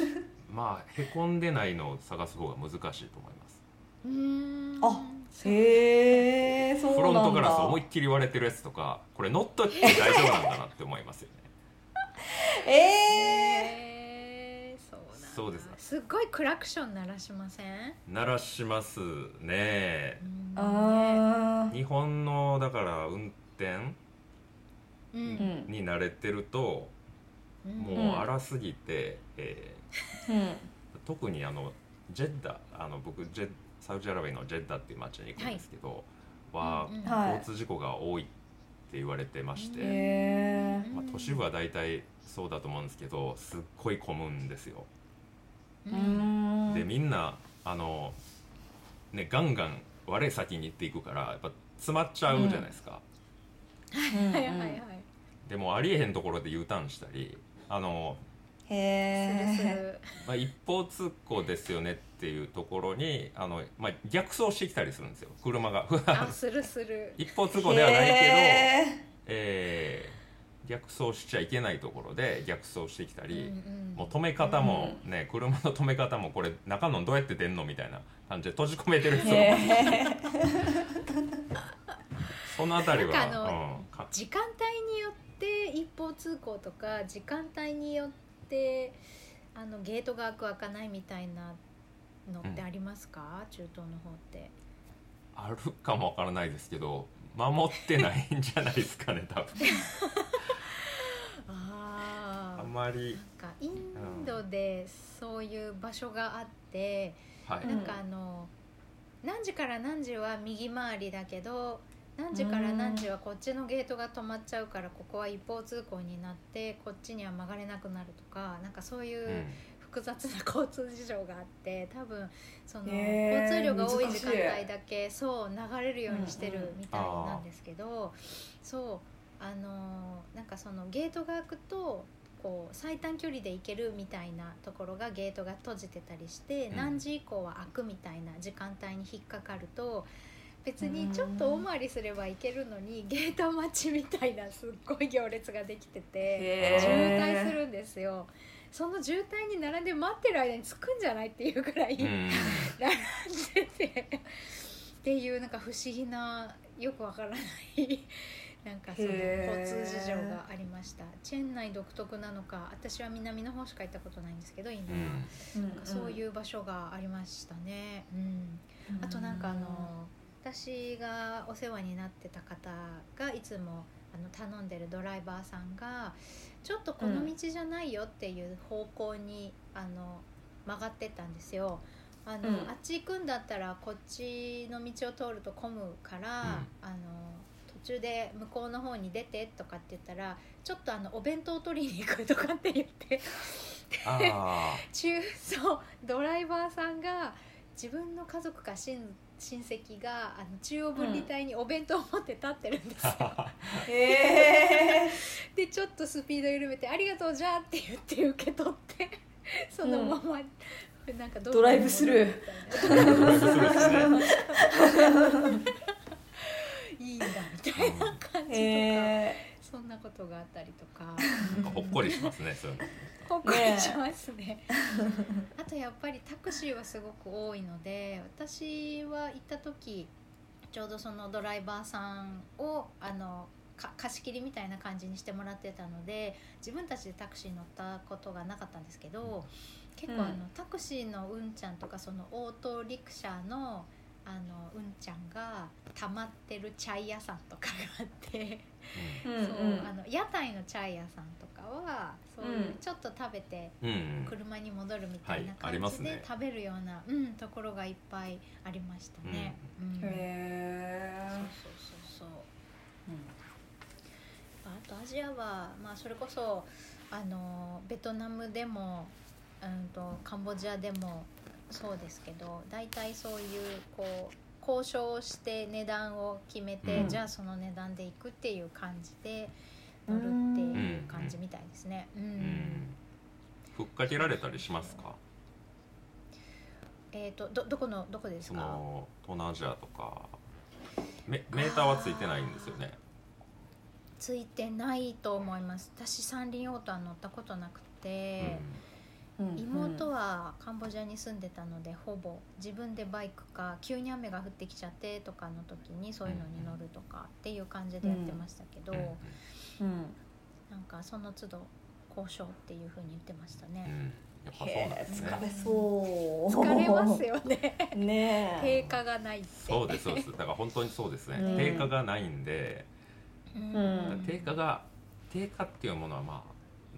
[SPEAKER 3] [laughs] まあへこんでないのを探す方が難しいと思います
[SPEAKER 1] うーん
[SPEAKER 2] あ
[SPEAKER 1] そう
[SPEAKER 2] へえそう
[SPEAKER 3] フ
[SPEAKER 2] な
[SPEAKER 3] ロ
[SPEAKER 2] ん
[SPEAKER 3] ン
[SPEAKER 2] だ
[SPEAKER 3] トガラス思いっきり割れてるやつとかこれ乗っとって大丈夫なんだなって思いますよね
[SPEAKER 2] ええ
[SPEAKER 1] へーそうなんだ
[SPEAKER 3] そうです
[SPEAKER 1] すっごいクラクション鳴らしません
[SPEAKER 3] 鳴らしますね
[SPEAKER 1] うん
[SPEAKER 2] あ
[SPEAKER 3] 日本のだから運転
[SPEAKER 1] う
[SPEAKER 2] ー
[SPEAKER 1] ん
[SPEAKER 2] ん
[SPEAKER 3] に慣れてると
[SPEAKER 1] うん
[SPEAKER 3] もう荒すぎて、え
[SPEAKER 2] うん
[SPEAKER 3] ー特にあのジェッダあの僕ジェサウジアラビアのジェッダっていう町に行くんですけど、は
[SPEAKER 1] うんうん
[SPEAKER 2] はい
[SPEAKER 3] 交通事故が多いって言われてまして、
[SPEAKER 2] へえ
[SPEAKER 1] うん
[SPEAKER 3] まあ、都市部は大体そうだと思うんですけどすっごい混むんですよ。
[SPEAKER 1] う
[SPEAKER 2] うんん
[SPEAKER 3] でみんなあの、ね、ガンガン悪い先に行っていくからやっぱ詰まっちゃうじゃないですか。
[SPEAKER 2] うん
[SPEAKER 1] はいはいはい
[SPEAKER 3] でもありえへんところで U ターンしたりあの
[SPEAKER 2] へ
[SPEAKER 1] するす
[SPEAKER 2] え
[SPEAKER 1] る
[SPEAKER 3] まあ、一方通行ですよねっていうところにあの、まあ、逆走してきたりするんですよ車が
[SPEAKER 1] あするする
[SPEAKER 3] [laughs] 一方通行ではないけど、
[SPEAKER 2] へー
[SPEAKER 3] えー逆走しちゃいけないところで逆走してきたり、
[SPEAKER 1] ん
[SPEAKER 3] もう止め方もね、車の止め方もこれ中のどうやって出んのみたいな感じで閉じ込めてる人も
[SPEAKER 2] へ
[SPEAKER 3] その辺りは
[SPEAKER 1] なんかあの
[SPEAKER 3] うんか
[SPEAKER 1] 時間帯によって一方通行とか時間帯によってあのゲートが開く開かないみたいなのってありますか、中東の方って
[SPEAKER 3] あるかもわからないですけど守ってないんじゃないですかね多分
[SPEAKER 1] あ
[SPEAKER 3] あ
[SPEAKER 1] あ
[SPEAKER 3] まり
[SPEAKER 1] なんかインドでそういう場所があって、
[SPEAKER 3] はい、
[SPEAKER 1] なんかあの何時から何時は右回りだけど何時から何時はこっちのゲートが止まっちゃうからここは一方通行になってこっちには曲がれなくなるとかなんかそういうう。
[SPEAKER 3] ん
[SPEAKER 1] 複雑な交通事情があって多分その、
[SPEAKER 2] へー
[SPEAKER 1] 交通量が多い
[SPEAKER 2] 難し
[SPEAKER 1] 時
[SPEAKER 2] い
[SPEAKER 1] 間帯だけそう流れるようにして
[SPEAKER 2] うん
[SPEAKER 1] る
[SPEAKER 2] うん
[SPEAKER 1] みたいなんですけど、そうあのーなんかそのゲートが開くとこう最短距離で行けるみたいなところがゲートが閉じてたりして、
[SPEAKER 3] うん
[SPEAKER 1] 何時以降は開くみたいな時間帯に引っかかると別にちょっとお回りすれば行けるのにゲート待ちみたいなすっごい行列ができてて
[SPEAKER 3] へー
[SPEAKER 1] 渋滞するんですよその渋滞に並んで待ってる間に着くんじゃないっていうくらい、
[SPEAKER 3] うん
[SPEAKER 1] 並んでてっていうなんか不思議なよくわからないなんかその
[SPEAKER 2] へー
[SPEAKER 1] 交通事情がありましたチェン内独特なのか私は南の方しか行ったことないんですけど今、
[SPEAKER 3] う
[SPEAKER 1] は
[SPEAKER 3] ん
[SPEAKER 1] なんかそういう場所がありましたね、うん、あとなんかあの私がお世話になってた方がいつもあの頼んでるドライバーさんがちょっとこの道じゃないよっていう方向に、あの曲がってったんですよあの、
[SPEAKER 2] うん
[SPEAKER 1] あっち行くんだったらこっちの道を通ると混むから、あの途中で向こうの方に出てとかって言ったらちょっとあのお弁当を取りに行くとかって言って
[SPEAKER 3] あ
[SPEAKER 1] 中そうドライバーさんが自分の家族か親親戚があの中央分離帯にお弁当を持って立ってるんですよ、
[SPEAKER 3] あ
[SPEAKER 2] へえ
[SPEAKER 1] [laughs] でちょっとスピード緩めて「ありがとうじゃあ」って言って受け取って
[SPEAKER 2] [laughs]
[SPEAKER 1] そのまま、なんかどっかに戻る
[SPEAKER 2] ドライブスルー
[SPEAKER 1] みたい
[SPEAKER 3] そうですね
[SPEAKER 2] [laughs]
[SPEAKER 1] ないいんだみたいな感じとか、
[SPEAKER 2] へ
[SPEAKER 1] そんなことがあったりと
[SPEAKER 2] [laughs]
[SPEAKER 1] か。
[SPEAKER 3] ほっこりしますねそういうの
[SPEAKER 1] ほっこりしますね [laughs] あとやっぱりタクシーはすごく多いので私は行った時ちょうどそのドライバーさんをあのか貸し切りみたいな感じにしてもらってたので自分たちでタクシー乗ったことがなかったんですけど結構あの、
[SPEAKER 2] うん
[SPEAKER 1] タクシーのうんちゃんとかそのオートリクシャのあのうんちゃんが溜まってるチャイ屋さんとかがあって。
[SPEAKER 2] うん
[SPEAKER 1] そう
[SPEAKER 2] うん
[SPEAKER 1] あの屋台のチャイ屋さんとかはそういう
[SPEAKER 2] うん
[SPEAKER 1] ちょっと食べて
[SPEAKER 3] うんうん
[SPEAKER 1] 車に戻るみたいな
[SPEAKER 3] はいあり
[SPEAKER 1] 感
[SPEAKER 3] ま
[SPEAKER 1] じ
[SPEAKER 3] す
[SPEAKER 1] で
[SPEAKER 3] ね
[SPEAKER 1] 食べるような、うん、ところがいっぱいありましたね。うん
[SPEAKER 2] へ
[SPEAKER 1] そう
[SPEAKER 2] ー
[SPEAKER 1] そうそうそうあとアジアは、まあ、それこそあのベトナムでも、うん、とカンボジアでもそうですけど大体そういうこう交渉をして値段を決めて、
[SPEAKER 3] うん
[SPEAKER 1] じゃあその値段でいくっていう感じで乗るっていう感じみたいですね。うん
[SPEAKER 3] うんふっかけられたりしますか
[SPEAKER 1] えっ、とどどこのどこです
[SPEAKER 3] そ
[SPEAKER 1] か
[SPEAKER 3] の東南アジアとかメメーターはついてないんですよね
[SPEAKER 1] ついてないと思います私三輪オートは乗ったことなくて、
[SPEAKER 2] うん
[SPEAKER 1] 妹
[SPEAKER 2] は
[SPEAKER 1] はカンボジアに住んでたのでほぼ自分でバイクか急に雨が降ってきちゃってとかの時にそういうのに乗るとかっていう感じでやってましたけど、
[SPEAKER 3] うんうん
[SPEAKER 2] うん
[SPEAKER 1] なんかその都度交渉っていうふうに言ってました
[SPEAKER 3] う
[SPEAKER 1] ね、
[SPEAKER 3] んやっぱそうなん
[SPEAKER 2] へえ
[SPEAKER 3] です
[SPEAKER 2] 疲
[SPEAKER 3] ね
[SPEAKER 2] れそう
[SPEAKER 1] 疲れますよ [laughs] ね
[SPEAKER 2] [laughs] ね
[SPEAKER 1] 定
[SPEAKER 2] え
[SPEAKER 1] 価がないって
[SPEAKER 3] そうですそうですだから本当にそうですね
[SPEAKER 2] うん
[SPEAKER 3] 定価がないんで
[SPEAKER 1] うん
[SPEAKER 2] うん
[SPEAKER 3] 定価が定価っていうものはまあ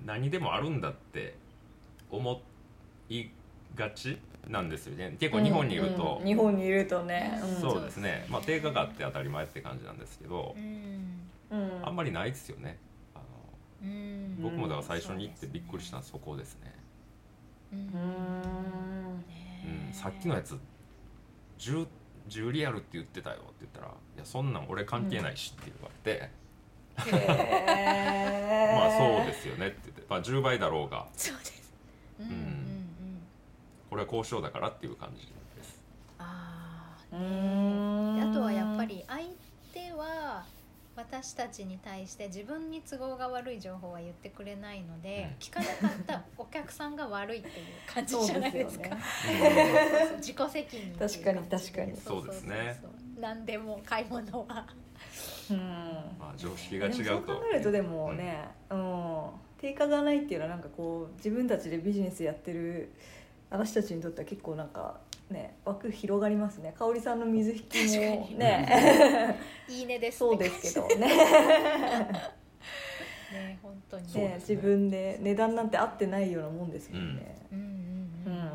[SPEAKER 3] 何でもあるんだって思いがちなんですよね結構日本にいると、
[SPEAKER 2] うん日本にいるとねん
[SPEAKER 3] そう
[SPEAKER 1] そう
[SPEAKER 3] で
[SPEAKER 1] ですす
[SPEAKER 3] ね
[SPEAKER 1] ね、
[SPEAKER 3] まあ、定価があって当たり前って感じなんですけど
[SPEAKER 1] う、ん
[SPEAKER 2] うん
[SPEAKER 3] あんまりないですよねあの
[SPEAKER 1] うん
[SPEAKER 3] 僕もだから
[SPEAKER 1] うん
[SPEAKER 3] 最初に行ってびっくりしたのはそこですね、
[SPEAKER 1] うん
[SPEAKER 2] うーん
[SPEAKER 1] ね
[SPEAKER 3] うん、
[SPEAKER 1] え
[SPEAKER 3] さっきのやつ 10, 10リアルって言ってたよって言ったら「いやそんなん俺関係ないし」って言われて「
[SPEAKER 2] へ
[SPEAKER 3] まあそうですすよね」って言って、まあ、10倍だろうが
[SPEAKER 1] そうです。うん
[SPEAKER 3] ん
[SPEAKER 1] うんうん。
[SPEAKER 3] これは交渉だからっていう感じです。
[SPEAKER 1] ああ。
[SPEAKER 2] う
[SPEAKER 1] で
[SPEAKER 2] ん
[SPEAKER 1] あとはやっぱり相手は私たちに対して自分に都合が悪い情報は言ってくれないので、
[SPEAKER 3] うん
[SPEAKER 1] 聞かなかったお客さんが悪いっていう感じじゃないですか。
[SPEAKER 3] うん
[SPEAKER 1] そうそう自己責任っていう感じ
[SPEAKER 2] 確かに確か
[SPEAKER 1] で
[SPEAKER 2] に
[SPEAKER 3] そうですね
[SPEAKER 1] そうそうそう何でも買い物は。
[SPEAKER 2] [laughs] うん
[SPEAKER 3] まあ、常識が違
[SPEAKER 2] で
[SPEAKER 3] う
[SPEAKER 2] もそう
[SPEAKER 3] と
[SPEAKER 2] 考えるとでもね、うん、定価がないっていうのはなんかこう自分たちでビジネスやってる私たちにとっては結構なんかね枠広がりますね香織さんの水引きも
[SPEAKER 1] 確かに
[SPEAKER 2] ね
[SPEAKER 1] いいねです
[SPEAKER 2] そう
[SPEAKER 1] って
[SPEAKER 2] で
[SPEAKER 1] 感じ。
[SPEAKER 2] すけどね
[SPEAKER 1] ね本当に。
[SPEAKER 3] そう
[SPEAKER 2] ね
[SPEAKER 3] ですね
[SPEAKER 2] 自分で値段なんて合ってないようなもんですもんね。
[SPEAKER 1] うん
[SPEAKER 2] う
[SPEAKER 1] うんう
[SPEAKER 2] ん
[SPEAKER 1] ん。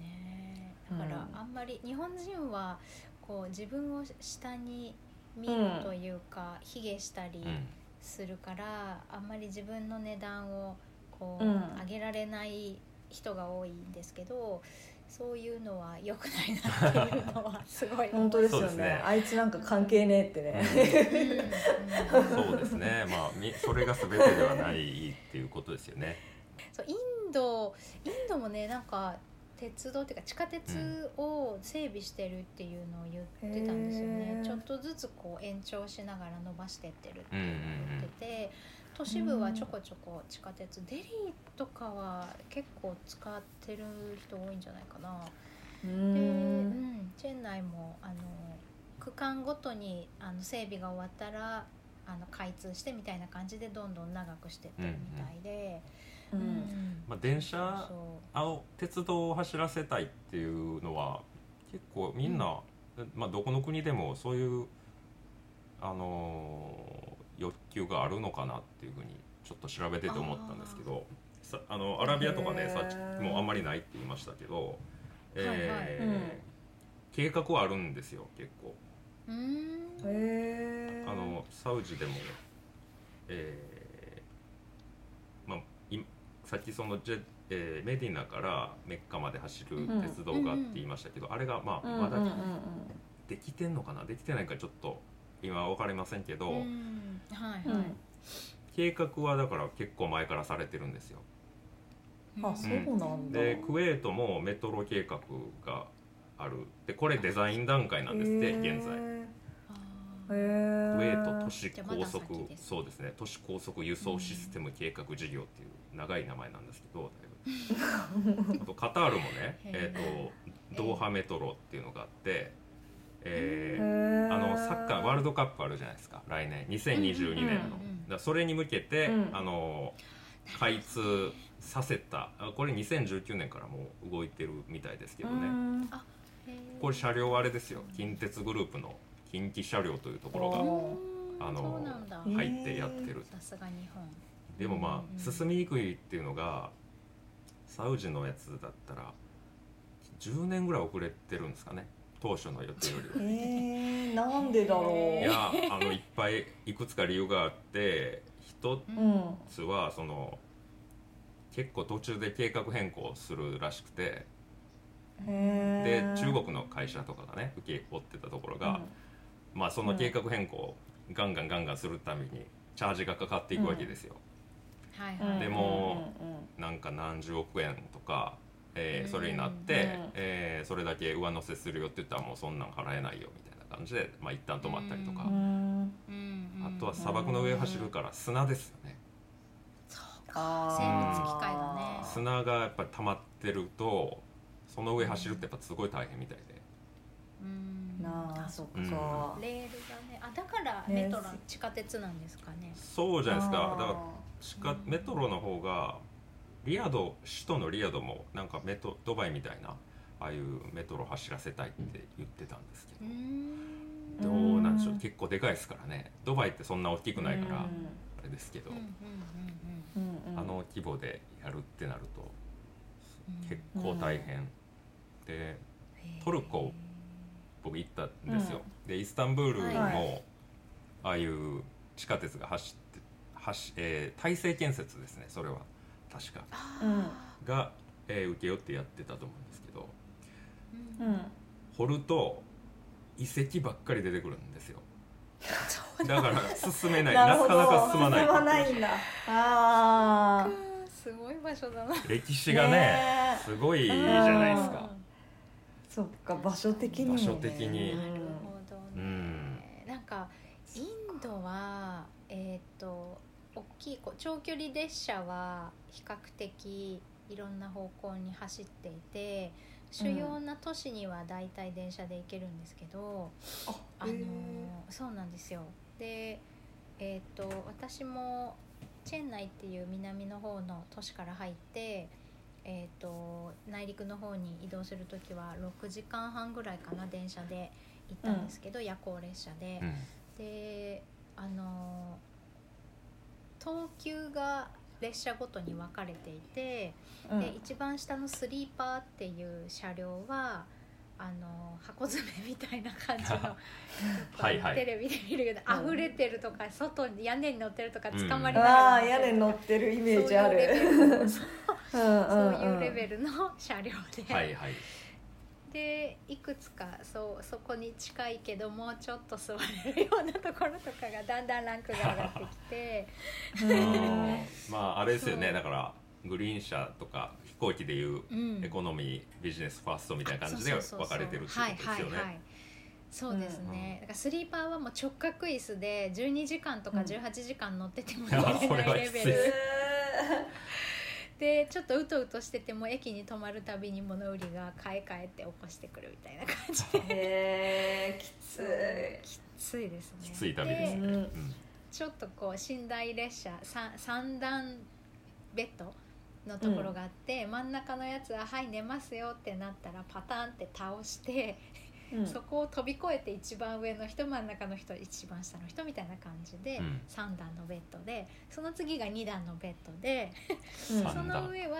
[SPEAKER 1] ねえだから
[SPEAKER 2] うん
[SPEAKER 1] あんまり日本人はこう自分を下に見るというか卑下したり
[SPEAKER 3] うん
[SPEAKER 1] するからあんまり自分の値段をこう
[SPEAKER 2] うん
[SPEAKER 1] 上げられない人が多いんですけどそういうのは良くないなっていうのはすごい
[SPEAKER 2] 本当ですよ
[SPEAKER 3] そうで
[SPEAKER 2] ね
[SPEAKER 3] すね
[SPEAKER 2] あいつなんか関係ねえってね、
[SPEAKER 1] うんうん
[SPEAKER 3] そうですね、まあ、みそれが全てではないっていうことですよね。
[SPEAKER 1] そうインドインドもねなんか鉄道っていうか地下鉄を整備してるっていうのを言ってたんですよね、
[SPEAKER 2] へー
[SPEAKER 1] ちょっとずつこう延長しながら伸ばしてってるって
[SPEAKER 3] うん
[SPEAKER 1] いううんのを言ってて都市部
[SPEAKER 2] う
[SPEAKER 1] は
[SPEAKER 2] ん
[SPEAKER 1] ちょこちょこ地下鉄デリーとかは結構使ってる人多いんじゃないかな。
[SPEAKER 2] う
[SPEAKER 1] で、うんん、チェン内もあの区間ごとにあの整備が終わったらあの開通してみたいな感じでどんどん長くしてってるみたいで、
[SPEAKER 2] う
[SPEAKER 1] うん
[SPEAKER 2] ん
[SPEAKER 3] まあ、電
[SPEAKER 1] そう
[SPEAKER 3] 車
[SPEAKER 1] そう
[SPEAKER 3] 青鉄道を走らせたいっていうのは結構みんな、まあ、どこの国でもそういう、あのー欲求があるのかなっていうふうにちょっと調べてて思ったんですけどさあのアラビアとか
[SPEAKER 2] へ
[SPEAKER 3] ね
[SPEAKER 2] ー
[SPEAKER 3] さっきもうあんまりないって言いましたけど、
[SPEAKER 1] はいはい
[SPEAKER 3] えー
[SPEAKER 2] うん
[SPEAKER 3] 計画はあるんですよ結構。
[SPEAKER 1] うーん
[SPEAKER 2] へえ
[SPEAKER 3] あのサウジでも、えーまあ、いさっきそのジェ、えーメディナからメッカまで走る
[SPEAKER 2] うん
[SPEAKER 3] 鉄道があって言いましたけど、あれが、まあ
[SPEAKER 2] うんうん
[SPEAKER 3] ま
[SPEAKER 2] うんうん
[SPEAKER 3] だできてんのかなできてないかちょっと今は分かりませんけど、
[SPEAKER 1] うんはい
[SPEAKER 2] うん
[SPEAKER 1] はい、
[SPEAKER 3] 計画はだから結構前からされてるんですよ。
[SPEAKER 1] うん
[SPEAKER 2] あそうなんだ
[SPEAKER 3] でクウェートもメトロ計画があるでこれデザイン段階なんですって、現在。
[SPEAKER 1] あ
[SPEAKER 2] へ
[SPEAKER 1] ー
[SPEAKER 2] え
[SPEAKER 3] クウェート都市
[SPEAKER 1] じゃあまだ
[SPEAKER 3] 高
[SPEAKER 1] 先
[SPEAKER 3] 速
[SPEAKER 1] です
[SPEAKER 3] そうですね都市高速輸送システム計画事業っていう長い名前なんですけ
[SPEAKER 2] [laughs]
[SPEAKER 3] どだいぶあとカタールもね、え
[SPEAKER 1] へー
[SPEAKER 3] ー、とドーハメトロっていうのがあって、え
[SPEAKER 2] へ
[SPEAKER 3] ー
[SPEAKER 2] え
[SPEAKER 3] あのサッカーワールドカップあるじゃないですか来年2022
[SPEAKER 2] うんうん
[SPEAKER 3] 年の、
[SPEAKER 1] うんうん
[SPEAKER 3] だからそれに向けて、
[SPEAKER 2] うん
[SPEAKER 3] あの開通させたあこれ2019年からもう動いてるみたいですけどね、
[SPEAKER 2] ね
[SPEAKER 1] へー
[SPEAKER 3] これ車両はあれですよ近鉄グループの近畿車両というところが
[SPEAKER 1] う
[SPEAKER 2] あ
[SPEAKER 1] ーん
[SPEAKER 3] あの
[SPEAKER 1] そうなんだ
[SPEAKER 2] へー
[SPEAKER 3] 入ってやってる
[SPEAKER 1] さすが日本
[SPEAKER 3] でもま
[SPEAKER 1] うんう
[SPEAKER 3] あ
[SPEAKER 1] ん
[SPEAKER 3] 進みにくいっていうのがサウジのやつだったら10年ぐらい遅れてるんですかね当初の予定より
[SPEAKER 2] [laughs] え
[SPEAKER 3] は。
[SPEAKER 2] ー、なんでだろう
[SPEAKER 3] いやあのいっぱいいくつか理由があって一
[SPEAKER 1] う
[SPEAKER 2] うん
[SPEAKER 1] ん
[SPEAKER 3] つはその結構途中で計画変更するらしくてで
[SPEAKER 2] へー
[SPEAKER 3] 中国の会社とかがね受け負ってたところが、まあその計画変更をガンガンガンガンするためにチャージがかかっていくわけですよ。
[SPEAKER 1] はい
[SPEAKER 2] うん
[SPEAKER 1] はい
[SPEAKER 3] でもなんか何十億円とか、えーそれになって、
[SPEAKER 2] うん
[SPEAKER 3] えーそれだけ上乗せするよって言ったらもうそんなん払えないよみたいな感じで、まあ、一旦止まったりとか
[SPEAKER 2] う、んうん
[SPEAKER 1] うんうん
[SPEAKER 3] あとは砂漠の上走るから砂ですよね、
[SPEAKER 1] そう
[SPEAKER 2] あ
[SPEAKER 1] か
[SPEAKER 2] ー
[SPEAKER 1] 精密機械がね
[SPEAKER 2] うん
[SPEAKER 3] 砂がやっぱ溜まってるとその上走るってやっぱすごい大変みたいで、
[SPEAKER 1] うん
[SPEAKER 2] なあそっか、
[SPEAKER 3] うん
[SPEAKER 1] レールがねあだから
[SPEAKER 2] ね
[SPEAKER 1] メトロ地下鉄なんですかね
[SPEAKER 3] そうじゃないですかだから
[SPEAKER 2] あ
[SPEAKER 3] 地下メトロの方がリヤド首都のリヤドもなんかメトドバイみたいなああいうメトロ走らせたいって言ってたんですけど
[SPEAKER 1] うー。ん
[SPEAKER 3] ど
[SPEAKER 2] ん
[SPEAKER 3] うなんでしょう
[SPEAKER 2] うん
[SPEAKER 3] 結構でかいですからねドバイってそんな大きくないから
[SPEAKER 2] う
[SPEAKER 3] あ
[SPEAKER 2] ん
[SPEAKER 3] れですけど、
[SPEAKER 1] うんうん
[SPEAKER 2] ーうんうん
[SPEAKER 3] あの規模でやるってなると
[SPEAKER 1] うんうん
[SPEAKER 3] 結構大変、でトルコ僕行ったんですよ、でイスタンブールも、
[SPEAKER 2] はい
[SPEAKER 3] ああいう地下鉄が走って走、えー大成建設ですねそれは確か
[SPEAKER 1] あ
[SPEAKER 3] が、えー請け負ってやってたと思うんですけど
[SPEAKER 1] ーうん
[SPEAKER 2] うん
[SPEAKER 3] 掘ると遺跡ばっかり出てくるんですよ
[SPEAKER 2] [laughs] そう
[SPEAKER 3] だから進めないな
[SPEAKER 2] なるほ
[SPEAKER 3] か
[SPEAKER 2] ど
[SPEAKER 3] なか進まない
[SPEAKER 2] 進まないんだあ
[SPEAKER 1] う
[SPEAKER 2] ー
[SPEAKER 1] んすごい場所だな
[SPEAKER 3] 歴史がね
[SPEAKER 2] ねえ
[SPEAKER 3] すごいじゃないです
[SPEAKER 2] う
[SPEAKER 3] か。
[SPEAKER 2] そっか場所的にも、ね、
[SPEAKER 3] 場所的に
[SPEAKER 1] な
[SPEAKER 2] う
[SPEAKER 1] る
[SPEAKER 2] ん
[SPEAKER 1] ほど
[SPEAKER 3] う
[SPEAKER 1] ね
[SPEAKER 3] ん
[SPEAKER 1] なんかインドはえっと大きいこう長距離列車は比較的いろんな方向に走っていて主要な都市には大体電車で行けるんですけど、あ
[SPEAKER 2] へ
[SPEAKER 1] の
[SPEAKER 2] ー
[SPEAKER 1] そうなんですよでえっと私もチェンナイっていう南の方の都市から入って、えー、と内陸の方に移動する時は6時間半ぐらいかな電車で行ったんですけど、夜行列車で、
[SPEAKER 3] うん
[SPEAKER 1] であの東急が列車ごとに分かれていて、
[SPEAKER 2] うん
[SPEAKER 1] で一番下のスリーパーっていう車両はあの箱詰めみたいな感
[SPEAKER 2] [laughs]
[SPEAKER 1] じの
[SPEAKER 3] はいはい
[SPEAKER 1] テレビで見るような
[SPEAKER 2] うん
[SPEAKER 1] 溢れてるとか外に屋根に乗ってるとか
[SPEAKER 3] うん
[SPEAKER 1] 捕まりなが
[SPEAKER 2] あ
[SPEAKER 1] ら
[SPEAKER 2] ー屋根乗
[SPEAKER 1] っ
[SPEAKER 2] ってるイ
[SPEAKER 1] て
[SPEAKER 2] メ
[SPEAKER 1] る
[SPEAKER 2] ー
[SPEAKER 1] と
[SPEAKER 2] ジ
[SPEAKER 1] か
[SPEAKER 2] あるそう
[SPEAKER 1] そういうレ
[SPEAKER 2] [laughs]
[SPEAKER 1] ベ
[SPEAKER 2] ル
[SPEAKER 1] ルの車両で、
[SPEAKER 3] はいはい。
[SPEAKER 1] でいくつかそうそこに近いけどもうちょっと座れるようなところとかがだんだんランクが上がってきて
[SPEAKER 3] あのまああれですよね
[SPEAKER 1] そう
[SPEAKER 3] だからグリーン車とか飛行機でいう
[SPEAKER 1] うん
[SPEAKER 3] エコノミー、ビジネスファーストみたいな感じで
[SPEAKER 1] あそうそうそうそう
[SPEAKER 3] 分かれてるっていうことですよ
[SPEAKER 1] はいはいは
[SPEAKER 3] ね。
[SPEAKER 1] いそうですね、だからスリーパーはもう直角椅子で12時間とか
[SPEAKER 2] うん
[SPEAKER 1] 18時間乗ってて
[SPEAKER 3] [laughs]
[SPEAKER 1] も
[SPEAKER 3] いや
[SPEAKER 1] 寝れないレ
[SPEAKER 3] それはき
[SPEAKER 1] ベ
[SPEAKER 3] つい
[SPEAKER 1] ルでちょっとうとうとしてても駅に止まるたびに物売りが買い替えて起こしてくるみたいな感じ
[SPEAKER 2] へえきつい
[SPEAKER 1] きついですね
[SPEAKER 3] きつい旅ですね。
[SPEAKER 2] う
[SPEAKER 3] うん
[SPEAKER 2] ん
[SPEAKER 1] ちょっとこう寝台列車三三段ベッドのところがあって、真ん中のやつは「はい寝ますよ」ってなったらパタンって倒して、
[SPEAKER 2] うん
[SPEAKER 1] そこを飛び越えて一番上の人真ん中の人一番下の人みたいな感じで、
[SPEAKER 3] うん
[SPEAKER 1] 三段のベッドでその次が二段のベッドで、
[SPEAKER 2] うん
[SPEAKER 3] 三
[SPEAKER 1] そ
[SPEAKER 3] 段
[SPEAKER 1] の上は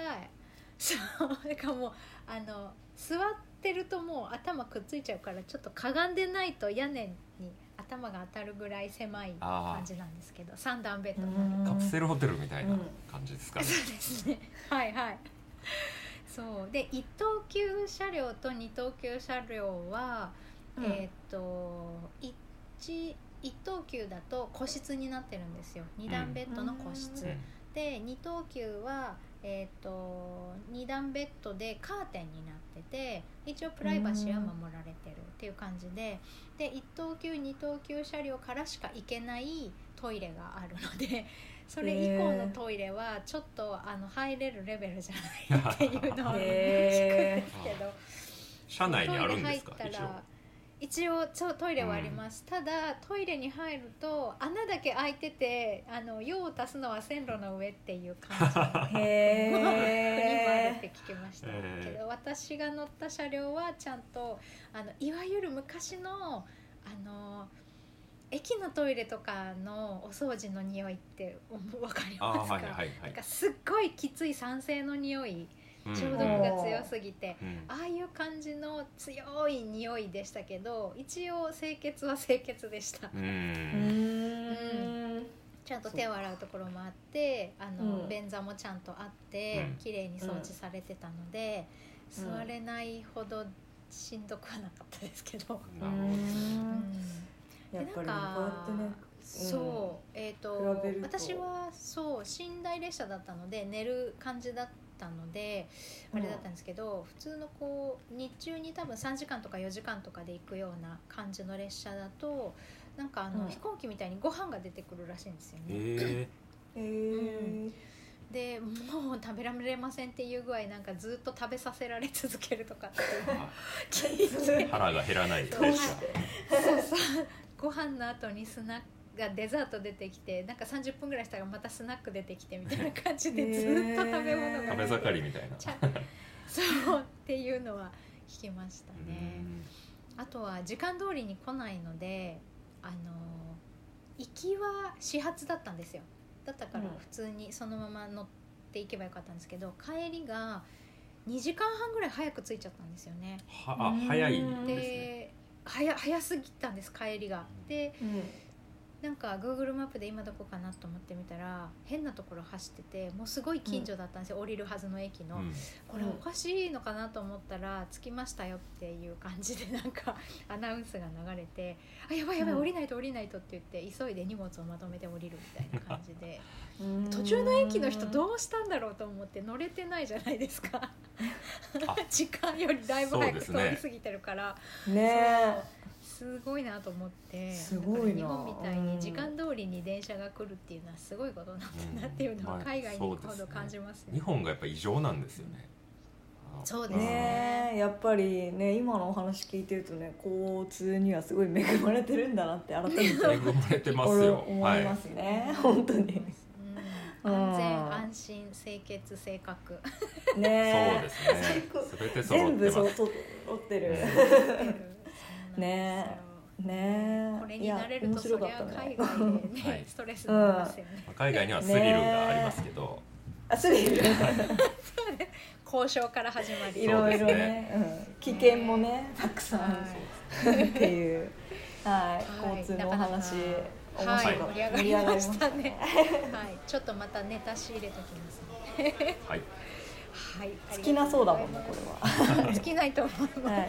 [SPEAKER 1] そうだからもうあの座ってるともう頭くっついちゃうからちょっとかがんでないと屋根に頭が当たるぐらい狭い
[SPEAKER 3] あー
[SPEAKER 1] 感じなんですけど三段ベッド
[SPEAKER 2] う
[SPEAKER 1] になる
[SPEAKER 2] ん
[SPEAKER 3] カプセルホテルみたいな
[SPEAKER 2] うん
[SPEAKER 3] 感じですか
[SPEAKER 1] そう
[SPEAKER 3] ね。
[SPEAKER 1] ですねはいはいそうで一等級車両と二等級車両は、
[SPEAKER 2] うん
[SPEAKER 1] えーっと一一等級だと個室になってるんですよ二段ベッドの個室、
[SPEAKER 2] うん
[SPEAKER 1] で二等級はえーっと二段ベッドでカーテンになってて一応プライバシーは守られてるっていう感じでで一等級二等級車両からしか行けないトイレがあるので [laughs] それ以降のトイレはちょっとあの入れるレベルじゃないっていうのは聞くん
[SPEAKER 2] へー
[SPEAKER 1] ですけど。
[SPEAKER 3] 車内にあるんですか
[SPEAKER 1] トイレ入っ
[SPEAKER 3] 一
[SPEAKER 1] た
[SPEAKER 3] 応。
[SPEAKER 1] ら一応そうトイレはあります、ただトイレに入ると穴だけ開いててあの用を足すのは線路の上っていう感じの
[SPEAKER 2] へ
[SPEAKER 1] [laughs] 国もあるっ
[SPEAKER 2] え
[SPEAKER 1] て聞きました
[SPEAKER 3] へ
[SPEAKER 1] けど、
[SPEAKER 3] ー
[SPEAKER 1] 私が乗った車両はちゃんとあのいわゆる昔のあの駅のトイレとかのお掃除の匂いってお分かり
[SPEAKER 3] あ
[SPEAKER 1] ます
[SPEAKER 3] ー
[SPEAKER 1] か、
[SPEAKER 3] はいはいは
[SPEAKER 1] なん
[SPEAKER 3] い
[SPEAKER 1] か。すっごいきつい酸性の匂い
[SPEAKER 3] うん
[SPEAKER 1] 消毒
[SPEAKER 2] ちょう
[SPEAKER 1] が強すぎて、
[SPEAKER 3] うん
[SPEAKER 1] ああいう感じの強い匂いでしたけど一応清潔は清潔でした、
[SPEAKER 3] うん
[SPEAKER 2] うーん
[SPEAKER 1] ちゃんと手を洗うところもあってあの、
[SPEAKER 2] うん
[SPEAKER 1] 便座もちゃんとあって、
[SPEAKER 3] うん
[SPEAKER 1] 綺麗に掃除されてたので、
[SPEAKER 2] うん
[SPEAKER 1] 座れないほどしんどくはなかったですけ
[SPEAKER 3] [laughs]
[SPEAKER 1] ど、
[SPEAKER 3] なるほどですね。
[SPEAKER 1] で
[SPEAKER 2] やっぱりこうやってね
[SPEAKER 1] そう、えっ、と
[SPEAKER 2] 比べると
[SPEAKER 1] 私はそう寝台列車だったので寝る感じだったのであれだったんですけど、普通のこう日中に多分3時間とか4時間とかで行くような感じの列車だとなんかあの、
[SPEAKER 2] うん
[SPEAKER 1] 飛行機みたいにご飯が出てくるらしいんですよね。
[SPEAKER 3] え
[SPEAKER 2] えー
[SPEAKER 1] でもう食べられませんっていう具合なんかずっと食べさせられ続けるとかっていう
[SPEAKER 2] [laughs]
[SPEAKER 3] え
[SPEAKER 1] のを聞いて
[SPEAKER 3] ー。腹が減らない列
[SPEAKER 1] どうし
[SPEAKER 3] 車
[SPEAKER 1] て。そうそうご飯の後にスナックがデザート出てきてなんか30分ぐらいしたらまたスナック出てきてみたいな感じで
[SPEAKER 2] へー
[SPEAKER 1] ずっと食べ物が
[SPEAKER 3] 食べ盛りみたいな。
[SPEAKER 1] ちゃそうっていうのは聞きましたねあとは時間通りに来ないのであの行きは始発だったんですよだったから
[SPEAKER 2] うん
[SPEAKER 1] 普通にそのまま乗っていけばよかったんですけど帰りが2時間半ぐらい早く着いちゃったんですよね
[SPEAKER 3] はあ早いですね。
[SPEAKER 1] で早早すぎたんです帰りが
[SPEAKER 3] うん
[SPEAKER 1] で
[SPEAKER 2] うん
[SPEAKER 1] なんか Google マップで今どこかなと思ってみたら変なところ走っててもうすごい近所だったんですよ、降りるはずの駅の、
[SPEAKER 3] うん
[SPEAKER 1] これおかしいのかなと思ったら着きましたよっていう感じで [laughs] なんかアナウンスが流れて「あやばいやばい
[SPEAKER 2] うん
[SPEAKER 1] 降りないと降りないと」って言って急いで荷物をまとめて降りるみたいな感じで
[SPEAKER 2] うん
[SPEAKER 1] 途中の駅の人どうしたんだろうと思って乗れてないじゃないですか
[SPEAKER 3] あ
[SPEAKER 1] [laughs] 時間よりだいぶ早く通
[SPEAKER 3] そうです
[SPEAKER 1] り
[SPEAKER 3] ね
[SPEAKER 1] 過ぎてるから。
[SPEAKER 2] ね
[SPEAKER 1] すごいなと思って
[SPEAKER 2] すご
[SPEAKER 1] だから
[SPEAKER 2] いな
[SPEAKER 1] 日本みたいに時間通りに電車が来るっていうのはすごいことなんだなっていうの
[SPEAKER 3] う
[SPEAKER 1] は
[SPEAKER 3] ん
[SPEAKER 1] 海外に行くほ
[SPEAKER 3] そ
[SPEAKER 1] ど
[SPEAKER 3] うですね
[SPEAKER 1] 感じますよ
[SPEAKER 3] 日本がやっぱ異常なんですよね。あの
[SPEAKER 1] そう
[SPEAKER 2] え
[SPEAKER 1] です
[SPEAKER 2] ねえやっぱりね今のお話聞いてるとね交通にはすごい恵まれてるんだなって
[SPEAKER 1] [laughs]
[SPEAKER 2] 改めて
[SPEAKER 3] 恵まれてますよ。
[SPEAKER 2] 思
[SPEAKER 3] はいい
[SPEAKER 2] ま。すね、本当
[SPEAKER 1] [laughs]
[SPEAKER 2] に
[SPEAKER 1] うん
[SPEAKER 2] うん
[SPEAKER 1] 安全安心清潔正確
[SPEAKER 3] そうで
[SPEAKER 2] ね
[SPEAKER 3] す
[SPEAKER 2] 最
[SPEAKER 3] ね
[SPEAKER 2] 高。
[SPEAKER 3] すべて揃
[SPEAKER 2] 全
[SPEAKER 3] っ
[SPEAKER 2] 部
[SPEAKER 3] て
[SPEAKER 2] そう
[SPEAKER 3] ま
[SPEAKER 2] 取ってる
[SPEAKER 3] ね
[SPEAKER 1] そうなんですよ
[SPEAKER 2] ねねえ
[SPEAKER 1] これに慣れる
[SPEAKER 2] いや
[SPEAKER 1] とそ
[SPEAKER 2] 面白
[SPEAKER 1] り
[SPEAKER 2] かっ
[SPEAKER 1] ゃ
[SPEAKER 2] た
[SPEAKER 1] 海
[SPEAKER 2] ね
[SPEAKER 1] 外で
[SPEAKER 3] は
[SPEAKER 1] ね
[SPEAKER 3] い
[SPEAKER 1] ストレスになりますよね
[SPEAKER 3] す。海外にはスリルがありますけど、
[SPEAKER 2] [laughs] あス
[SPEAKER 1] [laughs]
[SPEAKER 2] リル
[SPEAKER 1] 交渉から始まり
[SPEAKER 2] いろいろ
[SPEAKER 3] そうですね
[SPEAKER 2] ね、うん、危険もねたくさん
[SPEAKER 1] は
[SPEAKER 2] あ
[SPEAKER 1] い
[SPEAKER 2] るっていう、はい、
[SPEAKER 1] はい
[SPEAKER 2] 交通のお話
[SPEAKER 1] なかなかは
[SPEAKER 2] 面白
[SPEAKER 1] い
[SPEAKER 2] かった
[SPEAKER 1] 盛り上がりましたね
[SPEAKER 2] ね
[SPEAKER 1] はいちょっとまたネタ仕入れときますね
[SPEAKER 3] はい。
[SPEAKER 1] はい
[SPEAKER 2] 好きなそうだもんねこれ
[SPEAKER 1] [laughs] れは尽きないと思います
[SPEAKER 2] は、はい、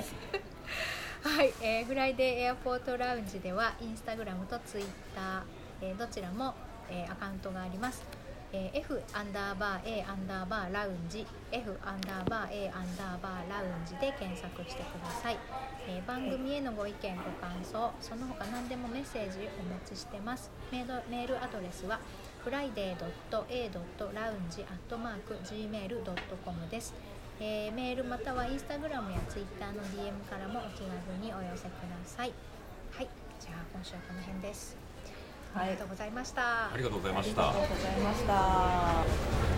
[SPEAKER 1] はい、えーフライデーエアポートラウンジではインスタグラムとツイッター、えーどちらも、えーアカウントがあります、ええー F アンダーバー A アンダーバーラウンジ F アンダーバー A アンダーバーラウンジで検索してください、えー番組へのご意見ご感想その他何でもメッセージお待ちしてますメールメールアドレスは friday.a.lounge.gmail.com です、えーメールまたはインスタグラムやツイッターの DM からもお気軽にお寄せくださいはいじゃあ今週はこの辺ですあ
[SPEAKER 2] は
[SPEAKER 1] り
[SPEAKER 2] い
[SPEAKER 1] がとうございました、
[SPEAKER 3] ありがとうござい
[SPEAKER 2] あ
[SPEAKER 3] ま
[SPEAKER 2] り
[SPEAKER 3] し
[SPEAKER 2] が
[SPEAKER 3] た
[SPEAKER 2] とうございました。